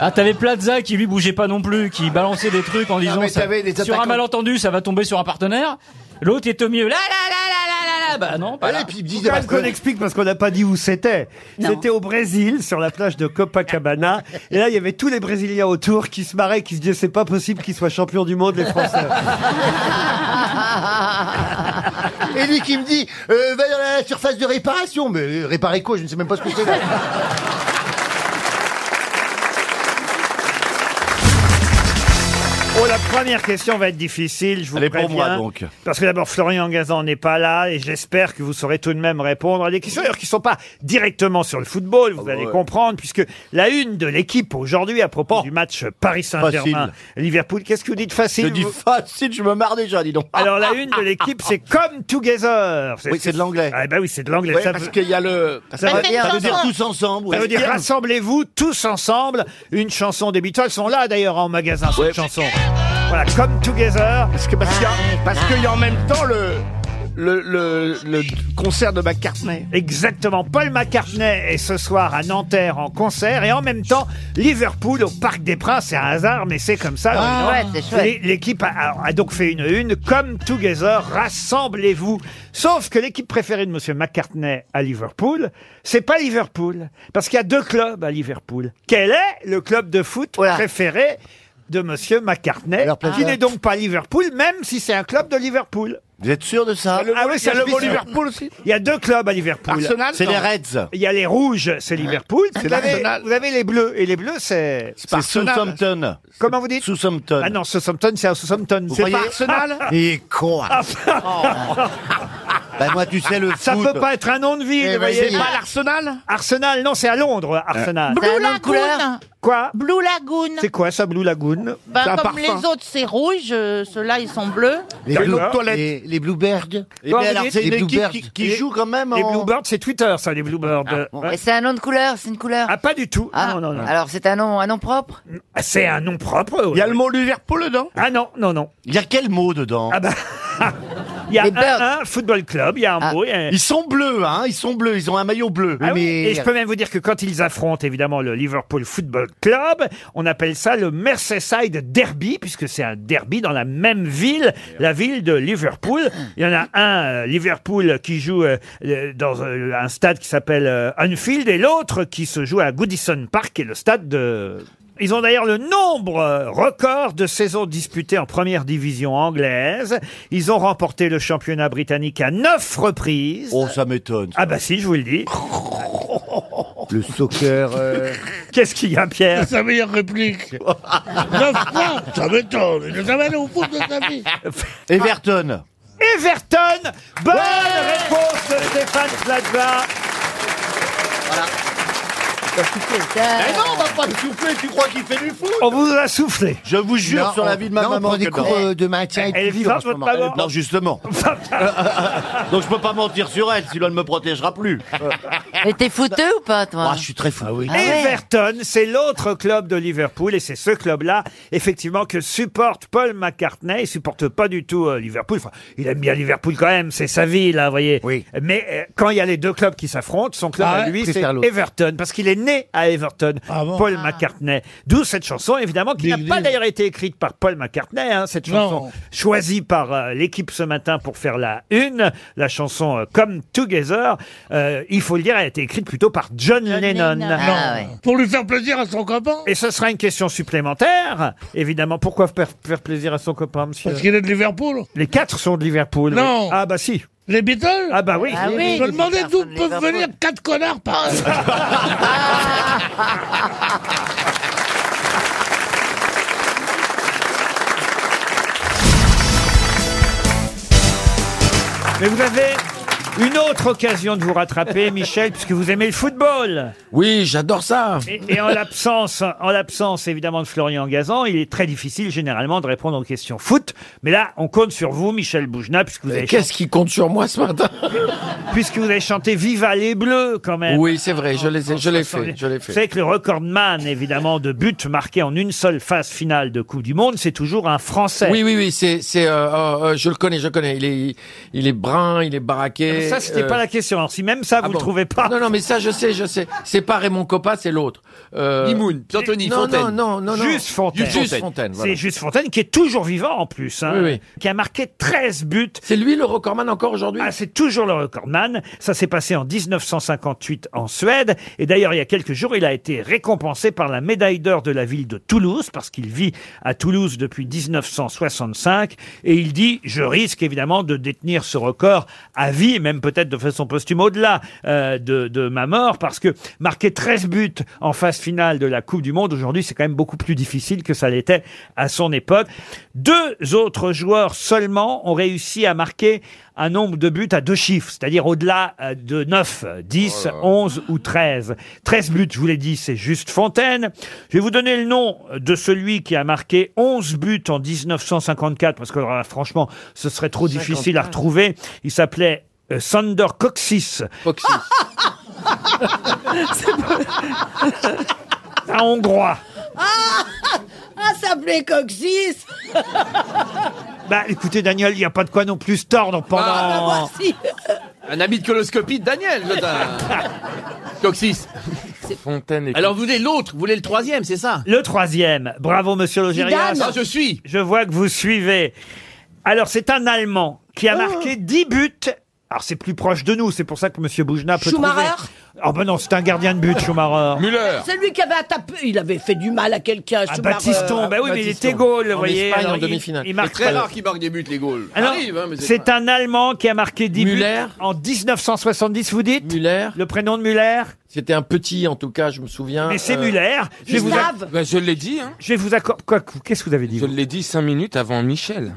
Speaker 18: Ah, t'avais Plaza qui lui bougeait pas non plus, qui balançait des trucs en disant
Speaker 2: mais
Speaker 18: ça-
Speaker 2: t'avais des
Speaker 18: sur un
Speaker 2: attaquants.
Speaker 18: malentendu, ça va tomber sur un partenaire. L'autre était au milieu, là, là, là, là, là, là, bah non, pas là.
Speaker 2: Et puis ils me
Speaker 1: Faut quand même qu'on explique parce qu'on n'a pas dit où c'était. C'était au Brésil, sur la plage de Copacabana. Et là, il y avait tous les Brésiliens autour qui se marraient, qui se disaient c'est pas possible qu'ils soient champions du monde, les Français.
Speaker 2: Et lui qui me dit, euh, va dans la surface de réparation. Mais euh, réparer quoi Je ne sais même pas ce que c'est. là.
Speaker 1: Oh, la première question va être difficile, je vous
Speaker 14: Elle est pour
Speaker 1: préviens.
Speaker 14: moi, donc.
Speaker 1: Parce que d'abord, Florian Gazan n'est pas là et j'espère que vous saurez tout de même répondre à des questions d'ailleurs, qui ne sont pas directement sur le football, vous allez comprendre, puisque la une de l'équipe aujourd'hui à
Speaker 14: Oh.
Speaker 1: propos du match Paris Saint-Germain-Liverpool, qu'est-ce que vous dites facile
Speaker 14: Je dis
Speaker 1: vous
Speaker 14: facile, je me marre déjà, dis donc.
Speaker 1: Alors la une de l'équipe, c'est Come Together.
Speaker 14: Oui, c'est de
Speaker 1: l'anglais. Ah ben oui, c'est de l'anglais.
Speaker 14: Ouais,
Speaker 1: Ça
Speaker 14: parce
Speaker 1: veut-
Speaker 14: qu'il y a le.
Speaker 1: Ça veut dire- ça veut dire tous
Speaker 14: ensemble.
Speaker 1: ça veut dire
Speaker 14: rassembler.
Speaker 1: rassemblez-vous tous ensemble. Une chanson des Beatles Elles sont là d'ailleurs en magasin cette chanson. Voilà, Come Together.
Speaker 14: Parce que parce qu'il y a- parce qu'il y a en même temps le le, le, le concert de McCartney.
Speaker 1: Exactement. Paul McCartney est ce soir à Nanterre en concert et en même temps Liverpool au Parc des Princes. C'est un hasard, mais c'est comme ça.
Speaker 18: Ah,
Speaker 1: évidemment.
Speaker 18: ouais, c'est chouette.
Speaker 1: L'é- L'équipe a, a- a donc fait une une. Come together, rassemblez-vous. Sauf que l'équipe préférée de Monsieur McCartney à Liverpool, c'est pas Liverpool, parce qu'il y a deux clubs à Liverpool. Quel est le club de foot préféré de Monsieur McCartney, qui n'est donc pas Liverpool, même si c'est un club de Liverpool. Vous êtes sûr de ça
Speaker 2: Ah
Speaker 14: Le- il y a
Speaker 1: je
Speaker 14: le
Speaker 1: suis
Speaker 14: mot
Speaker 1: sûr.
Speaker 14: Liverpool aussi
Speaker 1: Il y a deux clubs à Liverpool.
Speaker 14: Arsenal, C'est non. les Reds.
Speaker 1: Il y a les rouges, c'est Liverpool.
Speaker 14: C'est
Speaker 1: Hein Vous avez,
Speaker 14: l'Arsenal.
Speaker 1: vous avez les bleus. Et les bleus, c'est.
Speaker 14: C'est Arsenal. Southampton.
Speaker 1: Comment vous dites Southampton. Ah non, Southampton, c'est à Southampton.
Speaker 14: C'est pas Arsenal
Speaker 1: Et quoi
Speaker 16: Ben,
Speaker 1: Bah moi, tu sais, le Ça
Speaker 14: foot.
Speaker 1: peut pas être un nom de ville,
Speaker 14: Eh,
Speaker 1: vous voyez.
Speaker 14: vas-y. Pas l'Arsenal
Speaker 1: Arsenal, non, c'est à Londres, Arsenal.
Speaker 19: Blue Lagoon.
Speaker 1: Quoi
Speaker 19: Blue Lagoon.
Speaker 1: C'est quoi ça, Blue Lagoon
Speaker 19: Bah,
Speaker 1: C'est un
Speaker 19: comme
Speaker 1: parfum.
Speaker 19: les autres, c'est rouge. euh, Ceux-là, ils sont bleus.
Speaker 1: Les Blue- les-
Speaker 2: les Bluebirds.
Speaker 1: Et ben alors, c'est une équipe qui- qui joue
Speaker 2: quand même
Speaker 1: Les Bluebirds, c'est Twitter, ça, les Bluebirds. Ouais.
Speaker 20: Et c'est un nom de couleur, c'est une couleur.
Speaker 1: Ah, pas du tout.
Speaker 20: Ah, Alors c'est un nom, un nom propre.
Speaker 1: C'est un nom propre. Il y a le mot Liverpool dedans Ah non, non, non. Il y a quel mot dedans Ah bah. Il y a
Speaker 2: Les
Speaker 1: un, un football club, il y a un mot. il y a-
Speaker 2: Ils sont bleus, hein, ils sont bleus, ils ont un maillot bleu.
Speaker 1: Ah oui, Et je peux même vous dire que quand ils affrontent évidemment le Liverpool Football Club, on appelle ça le Merseyside Derby, puisque c'est un derby dans la même ville, la ville de Liverpool. Il y en a un, euh, Liverpool, qui joue euh, euh, dans euh, un stade qui s'appelle euh, Anfield, et l'autre qui se joue à Goodison Park, qui est le stade de... Ils ont d'ailleurs le nombre euh, record de saisons disputées en première division anglaise. Ils ont remporté le championnat britannique à neuf reprises. Oh, ça m'étonne. Ah bah si, je vous le dis.
Speaker 2: Le soccer.
Speaker 1: Qu'est-ce qu'il y a, Pierre
Speaker 6: C'est sa meilleure réplique. Neuf points, ça m'étonne. Il les amène au foot de sa vie.
Speaker 2: Everton.
Speaker 1: Ah. Everton. Bonne réponse de Stéphane Plaza.
Speaker 19: Mais
Speaker 3: non, on va pas te souffler, tu crois qu'il fait du foot
Speaker 1: On vous a soufflé.
Speaker 2: Je vous jure sur la vie de ma maman. que non.
Speaker 21: euh,
Speaker 1: Elle est vivante, votre maman
Speaker 2: Non, justement. Donc je peux pas mentir sur elle, sinon elle me protégera plus.
Speaker 20: Et t'es fouteux ou pas, toi
Speaker 2: Ah, je suis très fou. oui.
Speaker 1: Everton, c'est l'autre club de Liverpool et c'est ce club-là, effectivement, que supporte Paul McCartney. Il supporte pas du tout euh, Liverpool. Enfin, il aime bien Liverpool quand même, c'est sa ville, là, vous voyez. Mais euh, quand il y a les deux clubs qui s'affrontent, son club
Speaker 6: Ah
Speaker 1: à
Speaker 6: ouais,
Speaker 1: lui,
Speaker 6: il
Speaker 1: c'est
Speaker 6: préfère l'autre. Ah
Speaker 1: Everton, parce qu'il est né à Everton, Paul McCartney. D'où cette chanson, évidemment, qui n'a pas d'ailleurs été écrite par Paul McCartney, hein, cette chanson choisie par euh, l'équipe ce matin pour faire la une, la chanson euh, Come Together. Euh, il faut le dire, elle a été écrite plutôt par John, Lennon.
Speaker 6: Lennon. Ah ouais.
Speaker 1: Pour lui faire plaisir à son copain. Et ce sera une question supplémentaire, évidemment. Pourquoi faire faire plaisir à son copain, monsieur
Speaker 6: Parce qu'il est de Liverpool.
Speaker 1: Les quatre sont de Liverpool. oui.
Speaker 6: Non.
Speaker 1: Ah bah si. Les Beatles Ah bah oui.
Speaker 6: Ah oui. Je me demandais d'où peuvent venir quatre connards par.
Speaker 1: Mais vous avez une autre occasion de vous rattraper, Michel, puisque vous aimez le football.
Speaker 16: Oui, j'adore ça.
Speaker 1: Et, et en l'absence, en l'absence évidemment de Florian Gazan, il est très difficile généralement de répondre aux questions foot. Mais là, on compte sur vous, Michel Boujna, puisque vous avez.
Speaker 16: qu'est-ce qui compte sur moi ce matin
Speaker 1: Puisque vous avez chanté Viva les Bleus quand même.
Speaker 16: Oui, c'est vrai, je les ai- je l'ai fait, je l'ai fait.
Speaker 1: C'est que le recordman évidemment de buts marqués en une seule phase finale de Coupe du Monde, c'est toujours un Français.
Speaker 16: Oui, oui, oui, c'est, c'est, euh, euh, euh, je le connais, je le connais. Il est, il est brun, il est baraqué.
Speaker 1: Mais ça, c'était
Speaker 16: euh,
Speaker 1: pas la question. Alors, si même ça, vous
Speaker 16: ah
Speaker 1: le
Speaker 16: bon.
Speaker 1: trouvez pas.
Speaker 16: Non, non, mais ça, je sais, je sais. C'est pas Raymond Coppa, c'est l'autre. Euh...
Speaker 1: Mimoun,
Speaker 16: Anthony non, Non, non, non, non.
Speaker 1: Juste Fontaine.
Speaker 16: Juste Fontaine. voilà.
Speaker 1: C'est Juste Fontaine qui est toujours vivant en plus, hein,
Speaker 16: Oui, oui.
Speaker 1: qui a marqué 13 buts.
Speaker 16: C'est lui le recordman encore aujourd'hui
Speaker 1: Ah, c'est toujours le recordman. Ça s'est passé en 1958 en Suède. Et d'ailleurs, il y a quelques jours, il a été récompensé par la médaille d'or de la ville de Toulouse, parce qu'il vit à Toulouse depuis 1965. Et il dit, je risque évidemment de détenir ce record à vie, même peut-être de façon posthume au-delà euh, de, de ma mort, parce que marquer 13 buts en phase finale de la Coupe du Monde, aujourd'hui, c'est quand même beaucoup plus difficile que ça l'était à son époque. Deux autres joueurs seulement ont réussi à marquer un nombre de buts à deux chiffres, c'est-à-dire au-delà euh, de 9, 10, 11 ou 13. 13 buts, je vous l'ai dit, c'est juste Fontaine. Je vais vous donner le nom de celui qui a marqué 11 buts en 1954, parce que alors là, franchement, ce serait trop difficile à
Speaker 16: 54.
Speaker 1: retrouver. Il s'appelait euh, Sander Coxis. un Hongrois.
Speaker 19: Ah, ah, ça plaît Coxis.
Speaker 1: Bah écoutez Daniel, il n'y a pas de quoi non plus se tordre pendant...
Speaker 19: Ah, bah, voici.
Speaker 14: Un habit de coloscopie de Daniel, je t'en- Coxis.
Speaker 16: Fontaine et
Speaker 14: Alors vous voulez l'autre, vous voulez le troisième, c'est ça
Speaker 1: Le troisième. Bravo, monsieur Logérias.
Speaker 14: Zidane. Ah, je suis.
Speaker 1: Je vois que vous suivez. Alors, c'est un Allemand qui
Speaker 19: Oh.
Speaker 1: a marqué 10 buts. Alors, c'est plus proche de nous. C'est pour ça que monsieur Boujna peut
Speaker 19: Schumacher
Speaker 1: trouver. Oh, ben non, c'est un gardien de but, Schumacher. Müller.
Speaker 19: C'est lui qui avait attaqué. Il avait fait du mal à quelqu'un.
Speaker 1: Ah,
Speaker 19: Schumacher.
Speaker 1: Baptiston. Ben oui, mais il était goal, vous voyez. Alors, il- Il marque
Speaker 14: C'est très
Speaker 1: pas.
Speaker 14: rare qu'il marque des buts, les goals.
Speaker 1: Ah non,
Speaker 14: Arrive, hein, mais
Speaker 1: c'est un Allemand qui a marqué 10
Speaker 16: Müller.
Speaker 1: buts en 1970, vous dites Muller. Le prénom de Muller
Speaker 16: C'était un petit, en tout cas, je me souviens.
Speaker 14: Euh,
Speaker 16: Euh,
Speaker 1: Mais c'est Muller.
Speaker 16: Je vais vous
Speaker 1: Gustave.
Speaker 14: Ben,
Speaker 16: acc- Bah, je l'ai dit. Hein.
Speaker 1: Je vais vous accorder. Qu'est-ce que vous avez dit
Speaker 16: Je l'ai dit cinq minutes avant Michel.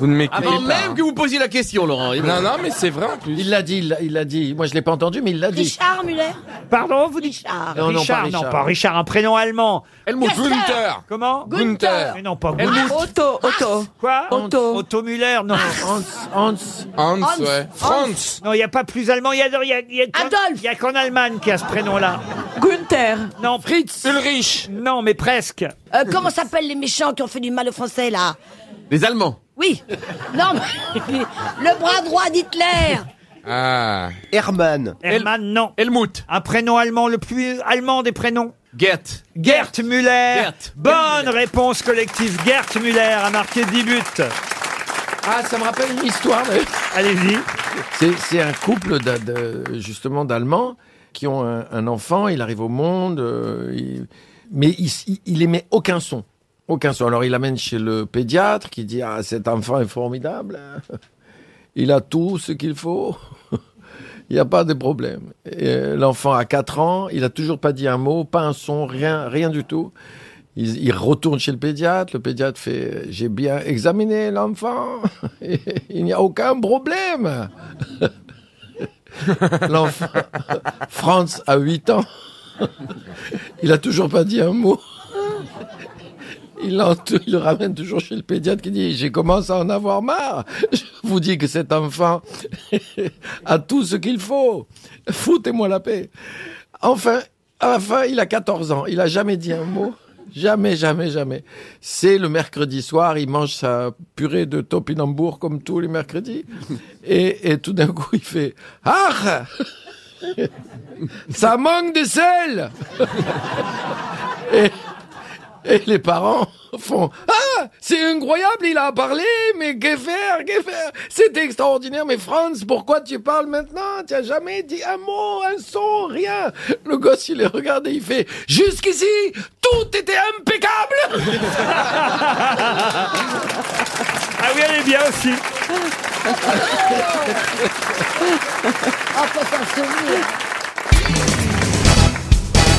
Speaker 10: Vous ne m'écoutez
Speaker 16: Avant
Speaker 10: pas.
Speaker 16: Ah,
Speaker 10: hein.
Speaker 16: même que vous posiez la question, Laurent.
Speaker 10: Non, non, mais c'est vrai en plus.
Speaker 16: Il l'a dit, il l'a- il l'a dit. Moi, je l'ai pas entendu, mais il l'a dit.
Speaker 19: Richard Muller
Speaker 1: Pardon, vous dites
Speaker 19: Richard.
Speaker 16: Non, non,
Speaker 1: Richard,
Speaker 16: pas
Speaker 1: non,
Speaker 16: Richard.
Speaker 1: pas Richard, un prénom allemand.
Speaker 16: Helmut
Speaker 1: Gunther.
Speaker 16: Gunther.
Speaker 1: Comment
Speaker 16: Gunther. Gunther.
Speaker 1: Mais non, pas
Speaker 16: Helmut.
Speaker 1: Gunther.
Speaker 16: Ah,
Speaker 1: Otto, Otto. Quoi Otto. Otto Müller, non.
Speaker 6: Ah.
Speaker 16: Hans, Hans.
Speaker 10: Hans, ouais.
Speaker 1: Franz. Non, il n'y a pas plus allemand. Il y a, il y a- il y a qu'en- Il n'y a qu'en Allemagne qui a ce prénom-là.
Speaker 19: Gunther.
Speaker 1: Non, Fritz. Ulrich. Non, mais presque.
Speaker 19: Euh, comment s'appellent les méchants qui ont fait du mal aux Français, là
Speaker 10: Les Allemands.
Speaker 19: Oui. Non, mais le bras droit d'Hitler.
Speaker 10: Ah.
Speaker 1: Hermann. Hermann, non. Helmut. Un prénom allemand, le plus allemand des prénoms.
Speaker 10: Gert.
Speaker 1: Gert Müller. Bonne réponse collective. Gert Müller a marqué 10 buts.
Speaker 16: Ah, ça me rappelle une histoire. mais-
Speaker 1: Allez-y.
Speaker 16: C'est, c'est un couple d'a- de- justement d'Allemands qui ont un, un enfant, il arrive au monde, euh, il- mais il, s- il- il émet aucun son. Aucun son. Alors il l'amène chez le pédiatre qui dit Ah, cet enfant est formidable. hein. Il a tout ce qu'il faut. Il n'y a pas de problème. Et, euh, l'enfant a 4 ans, il n'a toujours pas dit un mot, pas un son, rien, rien du tout. Il, il retourne chez le pédiatre, le pédiatre fait J'ai bien examiné l'enfant, il n'y a aucun problème. L'enfant, Franz a 8 ans, il n'a toujours pas dit un mot. Il, l'en- il le ramène toujours chez le pédiatre qui dit J'ai commencé à en avoir marre. Je vous dis que cet enfant a tout ce qu'il faut. Foutez-moi la paix. Enfin, à la fin, il a 14 ans. Il a jamais dit un mot. Jamais, jamais, jamais. C'est le mercredi soir, il mange sa purée de topinambour comme tous les mercredis. Et, et tout d'un coup, il fait Ah Ça manque de sel Et- et les parents font Ah, c'est incroyable, il a parlé, mais que faire, que faire C'est extraordinaire, mais Franz, pourquoi tu parles maintenant Tu as jamais dit un mot, un son, rien. Le gosse, il les regarde et il fait Jusqu'ici, tout était impeccable
Speaker 1: Ah oui, elle est bien aussi.
Speaker 19: Ah, pas s'en souvenir.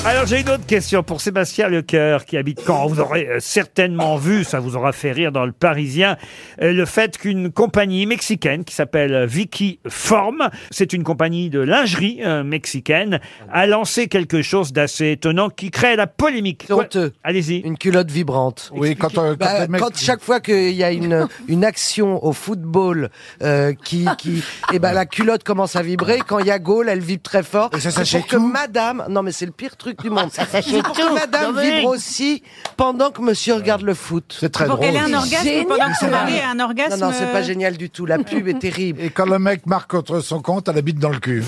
Speaker 1: Alors j'ai une autre question pour Sébastien Lecoeur qui habite Caen. Vous aurez euh, certainement vu, ça vous aura fait rire dans le Parisien, euh, le fait qu'une compagnie mexicaine qui s'appelle Vicky Form, c'est une compagnie de lingerie euh, mexicaine, a lancé quelque chose d'assez étonnant qui crée la polémique. C'est Allez-y.
Speaker 21: Une culotte vibrante.
Speaker 3: Oui, quand, euh, quand
Speaker 21: Bah,
Speaker 3: les mecs-
Speaker 21: quand chaque fois qu'il y a une, une action au football euh, qui, qui eh ben la culotte commence à vibrer. Quand il y a goal, elle vibre très fort.
Speaker 2: Et ça
Speaker 21: C'est
Speaker 2: sachait
Speaker 21: pour que Madame, non mais c'est le pire truc du monde.
Speaker 2: Ça sachait
Speaker 21: C'est pour
Speaker 2: tout,
Speaker 21: que Madame
Speaker 2: Dominique.
Speaker 21: vibre aussi pendant que Monsieur regarde le foot. C'est
Speaker 2: très Pour drôle. qu'elle ait un orgasme pendant que son mari a un orgasme.
Speaker 21: Non non, c'est pas génial du tout. La pub est terrible.
Speaker 3: Et quand le mec marque contre son compte, elle habite dans le cul.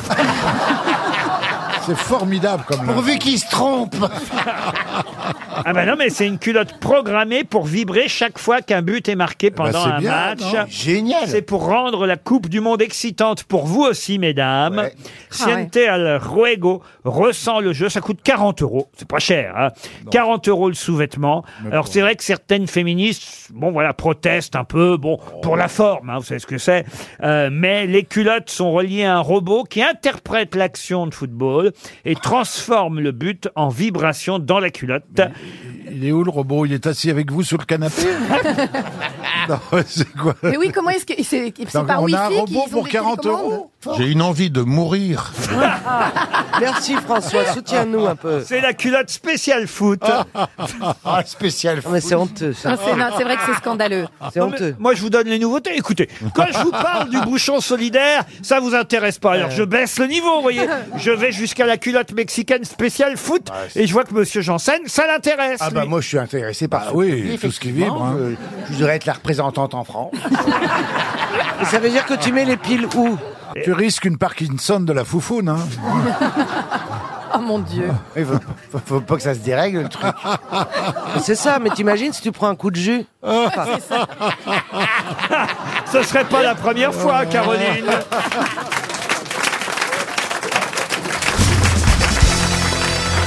Speaker 3: C'est formidable comme Bah,
Speaker 1: Pourvu
Speaker 3: qu'il se trompe
Speaker 1: Ah bah non, mais c'est une culotte programmée pour vibrer chaque fois qu'un but est marqué pendant
Speaker 3: Bah, c'est
Speaker 1: un
Speaker 3: bien,
Speaker 1: match.
Speaker 3: non Génial.
Speaker 1: C'est pour rendre la Coupe du Monde excitante pour vous aussi, mesdames. Siente al Ruego ressent le jeu. Ça coûte 40 euros. C'est pas cher. hein. 40 euros le sous-vêtement. Alors c'est vrai que certaines féministes, bon voilà, protestent un peu, bon,
Speaker 3: Oh.
Speaker 1: pour la forme, hein, vous savez ce que c'est. Euh, mais les culottes sont reliées à un robot qui interprète l'action de football et transforme le but en vibration dans la culotte.
Speaker 3: Il est où le robot Il est assis avec vous sur le canapé Non, mais c'est quoi
Speaker 11: Mais oui, comment est-ce que c'est c'est
Speaker 3: Donc,
Speaker 11: par
Speaker 3: on a
Speaker 11: wifi
Speaker 3: un
Speaker 11: qu'ils
Speaker 3: robot
Speaker 11: ont
Speaker 3: pour
Speaker 11: des
Speaker 3: 40
Speaker 11: télécommandes
Speaker 3: J'ai une envie de mourir.
Speaker 21: Merci François, soutiens-nous un peu.
Speaker 1: C'est la culotte spéciale foot.
Speaker 21: ah, spéciale
Speaker 3: bah,
Speaker 21: foot. Mais c'est honteux ça.
Speaker 11: Non, Ah, c'est non, c'est vrai que c'est scandaleux.
Speaker 1: Non, mais Moi, je vous donne les nouveautés. Écoutez, quand je vous parle du bouchon solidaire, ça vous intéresse pas.
Speaker 2: Euh.
Speaker 1: Alors, je baisse le niveau, vous voyez. Je vais jusqu'à la culotte mexicaine spéciale foot et je vois que Monsieur Janssen, ça l'intéresse.
Speaker 2: Ah bah
Speaker 1: lui.
Speaker 2: moi je suis intéressé par
Speaker 1: Bah
Speaker 2: ça.
Speaker 1: oui, tout ce qui vibre, hein.
Speaker 2: Je, je voudrais être la représentante en France.
Speaker 21: Et ça veut dire que tu mets les piles où
Speaker 3: Tu risques une Parkinson de la foufoune. Hein.
Speaker 11: Oh mon dieu.
Speaker 2: Il faut, faut- faut pas que ça se dérègle le truc.
Speaker 21: C'est ça, mais t'imagines si tu prends un coup de jus
Speaker 1: Ce serait pas la première fois, Caroline.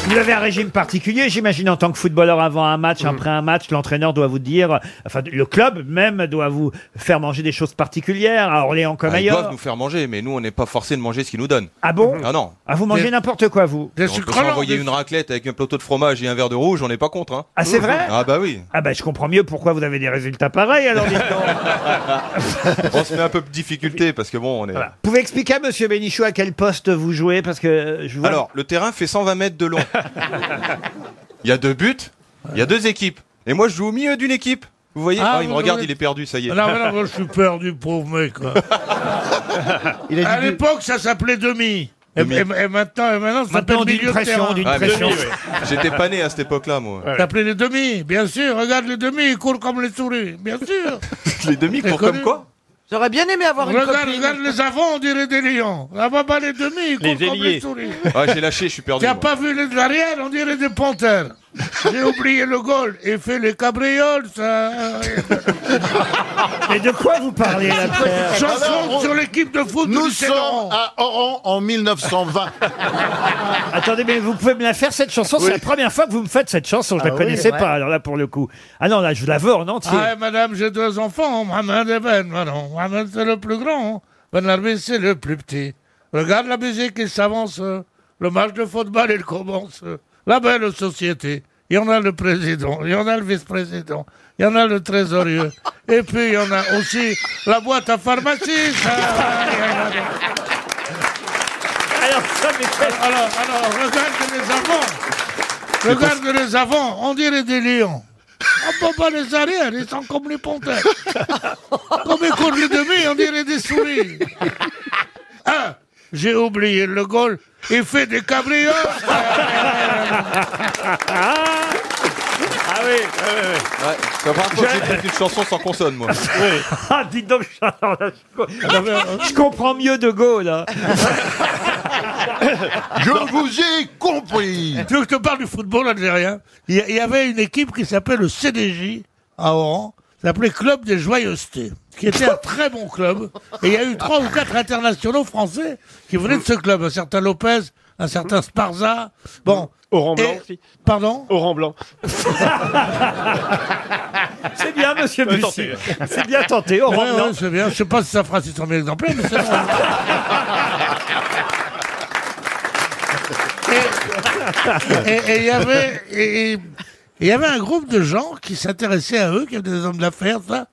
Speaker 1: Vous avez un régime particulier, j'imagine, en tant que footballeur avant un match, après un match, l'entraîneur doit vous dire, enfin, le club même doit vous faire manger des choses particulières, à Orléans comme
Speaker 5: Ah, ils
Speaker 1: ailleurs.
Speaker 5: doivent nous faire manger, mais nous, on n'est pas forcé de manger ce qu'ils nous donnent.
Speaker 1: Ah bon
Speaker 5: Ah non.
Speaker 1: Ah, vous mangez n'importe quoi, vous
Speaker 5: On peut s'envoyer une raclette avec un plateau de fromage et un verre de rouge, on n'est pas contre. Hein.
Speaker 1: Ah, c'est vrai
Speaker 5: Ah bah oui.
Speaker 1: Ah bah je comprends mieux pourquoi vous avez des résultats pareils alors. dites donc.
Speaker 5: on se met un peu de difficulté parce que bon, on est.
Speaker 1: Vous pouvez expliquer à Monsieur Bénichou à quel poste vous jouez parce que euh, je vois.
Speaker 5: Alors, le terrain fait 120 mètres de long. Il y a deux buts, il y a deux équipes. Et moi, je joue au milieu d'une équipe. Vous voyez
Speaker 6: Ah,
Speaker 5: Ah, il me
Speaker 6: vous
Speaker 5: regarde,
Speaker 6: jouez-
Speaker 5: il est perdu, ça y est.
Speaker 6: Ah, Non, mais non, moi, je suis perdu, pauvre mec. quoi.
Speaker 5: Il a dit
Speaker 6: à
Speaker 5: du-
Speaker 6: l'époque, ça s'appelait demi. Et,
Speaker 5: Demi.
Speaker 6: et- et maintenant, et maintenant, ça s'appelle milieu de terrain.
Speaker 5: Ah, mais J'étais pas né à cette époque-là, moi.
Speaker 6: Ouais. T'appelais les demi, bien sûr. Regarde les demi, ils courent comme les souris, bien sûr.
Speaker 5: les demi
Speaker 6: courent comme quoi
Speaker 15: J'aurais bien aimé avoir une
Speaker 6: regarde,
Speaker 15: copine.
Speaker 6: regarde les avants, on dirait des lions. Là-bas, bah, les demi, ils
Speaker 5: Les
Speaker 6: courent comme
Speaker 5: ailiers.
Speaker 6: les souris.
Speaker 5: Ah, j'ai lâché, je suis perdu.
Speaker 6: T'as
Speaker 5: moi.
Speaker 6: pas vu les arrières, on dirait des panthères. J'ai oublié le goal. Il fait les cabrioles, ça.
Speaker 1: Mais de quoi vous parlez,
Speaker 9: la Terre
Speaker 6: Chanson
Speaker 9: Alors, on-
Speaker 6: sur l'équipe de foot
Speaker 9: Nous
Speaker 6: du
Speaker 9: sommes à Oran en 1920.
Speaker 1: Attendez, mais vous pouvez me la faire cette chanson. C'est
Speaker 9: Oui.
Speaker 1: la première fois que vous me faites cette chanson. Je
Speaker 6: Ah
Speaker 1: la
Speaker 6: oui,
Speaker 1: connaissais
Speaker 6: ouais.
Speaker 1: pas. Alors là, pour le coup. Ah non, là, je la veux en entier.
Speaker 6: Ah, madame, j'ai deux enfants, Mohamed et Ben Manon. Mohamed, c'est le plus grand, Ben Arbi, c'est le plus petit. Regarde la musique, il s'avance. euh, Le match de football, il commence. La belle société. Il y en a le président, il y en a le vice-président, il y en a le trésorier. Et puis, il y en a aussi la boîte à pharmacie. ça.
Speaker 1: Alors, ça,
Speaker 6: alors, alors, regarde les avants. Regarde les avants, on dirait des lions. Ah bon, pas les arrières, ils sont comme les panthères. comme ils courent les demi, on dirait des souris. Ah, j'ai oublié le goal, il fait des cabrioles.
Speaker 1: Ah oui,
Speaker 5: Ouais, c'est la première fois que j'écoute une chanson sans consonne, moi.
Speaker 1: Ah, dites donc, je, alors là, je co- je comprends mieux De Gaulle. hein.
Speaker 6: Je vous ai compris. Tu veux que je te parle du football algérien Il y, il y avait une équipe qui s'appelait le CDJ à Oran. Ça s'appelait Club des Joyeusetés, qui était un très bon club. Et il y a eu trois ou quatre internationaux français qui venaient de ce club. Un certain Lopez, un certain Sparza. Bon. Oran
Speaker 14: Blanc aussi.
Speaker 6: Pardon Oran Blanc.
Speaker 1: C'est bien, monsieur Bussy. C'est bien tenté, Oh, Oran
Speaker 6: Ouais,
Speaker 1: Blanc.
Speaker 6: ouais, c'est bien. Je sais pas si ça fera 600 000 exemplaires, mais c'est vrai. et et il y avait et- et- il y avait un groupe de gens qui s'intéressaient à eux, qui étaient des hommes d'affaires, ça,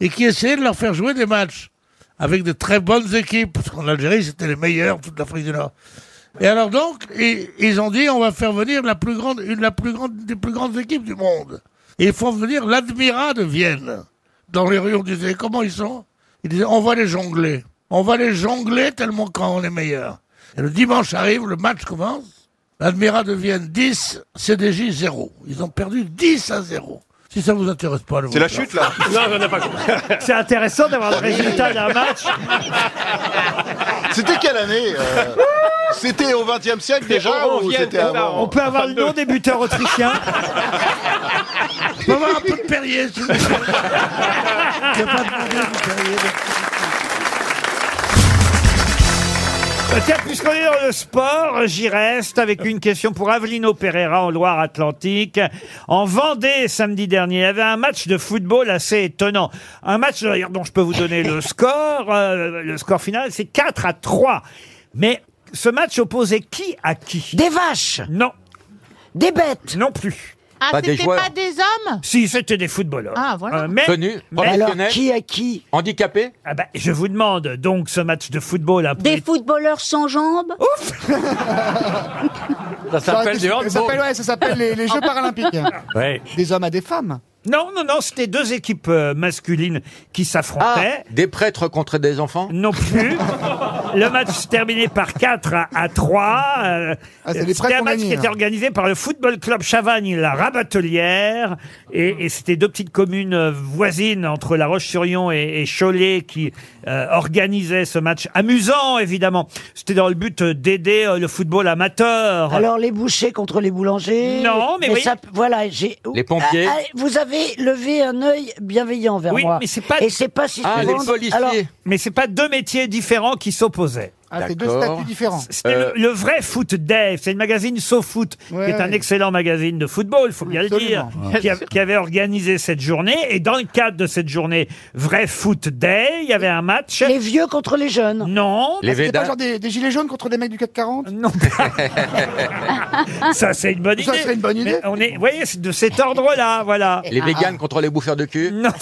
Speaker 6: et qui essayaient de leur faire jouer des matchs avec de très bonnes équipes, parce qu'en Algérie c'était les meilleurs, toute l'Afrique du Nord. Et alors donc, i- ils ont dit on va faire venir la plus grande, une la plus grande des plus grandes équipes du monde. Et ils font venir l'Admira de Vienne. Dans les rues, on disait comment ils sont Ils disaient on va les jongler, on va les jongler tellement quand on est meilleur. Et le dimanche arrive, le match commence. L'Admira deviennent 10, CDJ 0. Ils ont perdu 10 à 0. Si ça vous intéresse pas, le
Speaker 5: C'est la
Speaker 6: vote,
Speaker 5: chute, là
Speaker 1: Non, on n'a pas C'est intéressant d'avoir le résultat d'un match.
Speaker 9: C'était quelle année euh, C'était au XXe siècle
Speaker 5: Ah,
Speaker 9: déjà ou c'était
Speaker 6: Oh.
Speaker 9: avant
Speaker 1: On peut avoir le nom des buteurs autrichiens.
Speaker 6: Je peux avoir un peu de Perrier, s'il vous plaît. Il y a pas de problème, Perrier.
Speaker 1: Euh, Tiens, puisqu'on est dans le sport, j'y reste avec une question pour Avelino Pereira en Loire-Atlantique. En Vendée, samedi dernier, il y avait un match de football assez étonnant. Un match d'ailleurs dont je peux vous donner le score. euh, le score final, c'est 4 à 3. Mais ce match opposait qui à qui Des vaches Non. Des bêtes Non plus.
Speaker 22: Ah, c'était pas des hommes
Speaker 1: Si, c'était des footballeurs. Euh,
Speaker 22: Ah, voilà.
Speaker 1: mais,
Speaker 22: Connus, professionnels. Alors, qui
Speaker 1: à qui Handicapés ah bah, Je vous demande donc ce match de football. à
Speaker 17: Des footballeurs sans jambes Ouf
Speaker 12: Ça s'appelle du
Speaker 23: Ça
Speaker 12: handball.
Speaker 23: s'appelle ouais, ça s'appelle les, les Jeux paralympiques.
Speaker 1: Ouais.
Speaker 23: Des hommes à des femmes.
Speaker 1: Non, non, non, c'était deux équipes euh, masculines qui s'affrontaient.
Speaker 24: Ah, Des prêtres contre des enfants
Speaker 1: Non plus. le match se terminait par 4 à, à 3. euh,
Speaker 23: Ah, c'est les
Speaker 1: c'était
Speaker 23: prêtres
Speaker 1: un
Speaker 23: qu'on
Speaker 1: match
Speaker 23: gagne,
Speaker 1: qui
Speaker 23: là.
Speaker 1: était organisé par le Football Club Chavagne, la Rabatelière. Et, et c'était deux petites communes euh, voisines entre La Roche-sur-Yon et, et Cholet qui euh, organisaient ce match. Amusant, évidemment. C'était dans le but euh, d'aider euh, le football amateur.
Speaker 25: Alors les bouchers contre les boulangers.
Speaker 1: Non, mais oui.
Speaker 25: ça- voilà, j'ai.
Speaker 1: Les pompiers.
Speaker 25: Ah, ah, vous avez levé un œil bienveillant vers
Speaker 1: oui,
Speaker 25: moi.
Speaker 1: mais c'est pas.
Speaker 25: ah, Et c'est pas si souvent- alors,
Speaker 1: Mais c'est pas deux métiers différents qui s'opposaient.
Speaker 2: Ah, c'est deux statuts différents.
Speaker 1: C'était le- le, vrai foot Dave. C'est le magazine SoFoot,
Speaker 2: Ouais,
Speaker 1: qui est un
Speaker 2: ouais.
Speaker 1: excellent magazine de football, il faut bien
Speaker 2: Absolument.
Speaker 1: le
Speaker 2: Ouais.
Speaker 1: dire, qui, a- qui avait organisé cette journée. Et dans le cadre de cette journée vrai foot day, il y avait un match. Les
Speaker 4: vieux contre les jeunes.
Speaker 1: Non.
Speaker 2: Ah, c'était pas genre des, des gilets jaunes contre des mecs du
Speaker 21: Euh,
Speaker 2: 440
Speaker 1: Non. Ça, c'est une bonne idée.
Speaker 2: Ça serait une bonne idée.
Speaker 1: Mais on est, vous voyez, c'est de cet ordre-là, voilà.
Speaker 10: Les véganes contre les bouffeurs de cul.
Speaker 1: Non.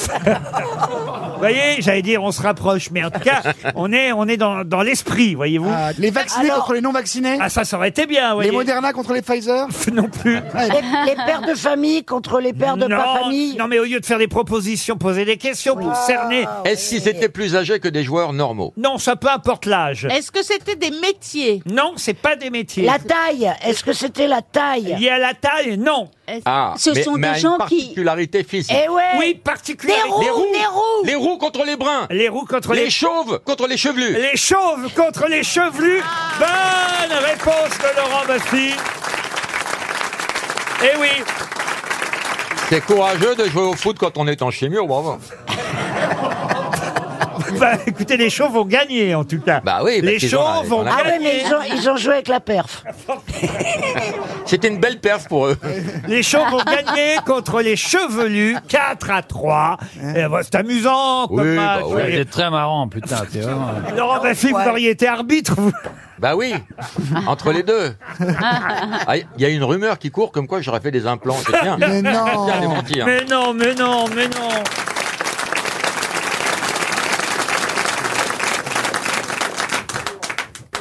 Speaker 1: Vous voyez, j'allais dire, on se rapproche, mais en tout cas, on est, on est dans, dans l'esprit, voyez-vous.
Speaker 2: les vaccinés contre les non-vaccinés
Speaker 1: Ah, ça, ça aurait été bien, vous voyez.
Speaker 2: Les Moderna contre les Pfizer
Speaker 1: Non plus.
Speaker 4: Les, les pères de famille contre les pères de pas
Speaker 1: non,
Speaker 4: famille.
Speaker 1: non, mais au lieu de faire des propositions, poser des questions pour cerner.
Speaker 10: Est-ce qu'ils étaient plus âgés que des joueurs normaux
Speaker 1: Non, ça peu importe l'âge.
Speaker 2: Est-ce que c'était des métiers
Speaker 1: Non, c'est pas des métiers.
Speaker 4: La taille. Est-ce que c'était la taille
Speaker 1: Lié à la taille, non.
Speaker 10: Ah, mais- mais à une particularité physique.
Speaker 4: Eh ouais.
Speaker 1: Oui, particulièrement.
Speaker 10: les roux, les roux contre les bruns.
Speaker 1: Les roux contre les-
Speaker 10: les chauves contre les chevelus.
Speaker 1: Les chauves contre les chevelus. Bonne réponse de Laurent Bastille. Eh oui.
Speaker 10: C'est courageux de jouer au foot quand on est en chimio, bravo.
Speaker 1: Bah, écoutez, les chauves ont gagné, en tout cas.
Speaker 10: Bah oui, parce
Speaker 1: les
Speaker 10: qu'ils ont la-
Speaker 1: chauves ont
Speaker 10: ils ont la-
Speaker 4: Ah ouais, mais
Speaker 1: gagné.
Speaker 4: ils ont, ils ont joué avec la perf.
Speaker 10: C'était une belle perf pour eux.
Speaker 1: Les chauves ont gagné contre les chevelus, 4 à 3. Eh, bah, c'est amusant comme
Speaker 10: Hein Oui,
Speaker 1: match.
Speaker 10: bah
Speaker 1: vous voyez.
Speaker 10: oui.
Speaker 12: très marrant, putain, c'est vraiment...
Speaker 1: Laurent Baffy, vous auriez été arbitre, vous.
Speaker 10: Bah oui, entre les deux. Ah, Il y a une rumeur qui court comme quoi j'aurais fait des implants. C'est bien.
Speaker 2: Mais non.
Speaker 10: C'est bien de mentir.
Speaker 1: Mais non, mais non, mais non.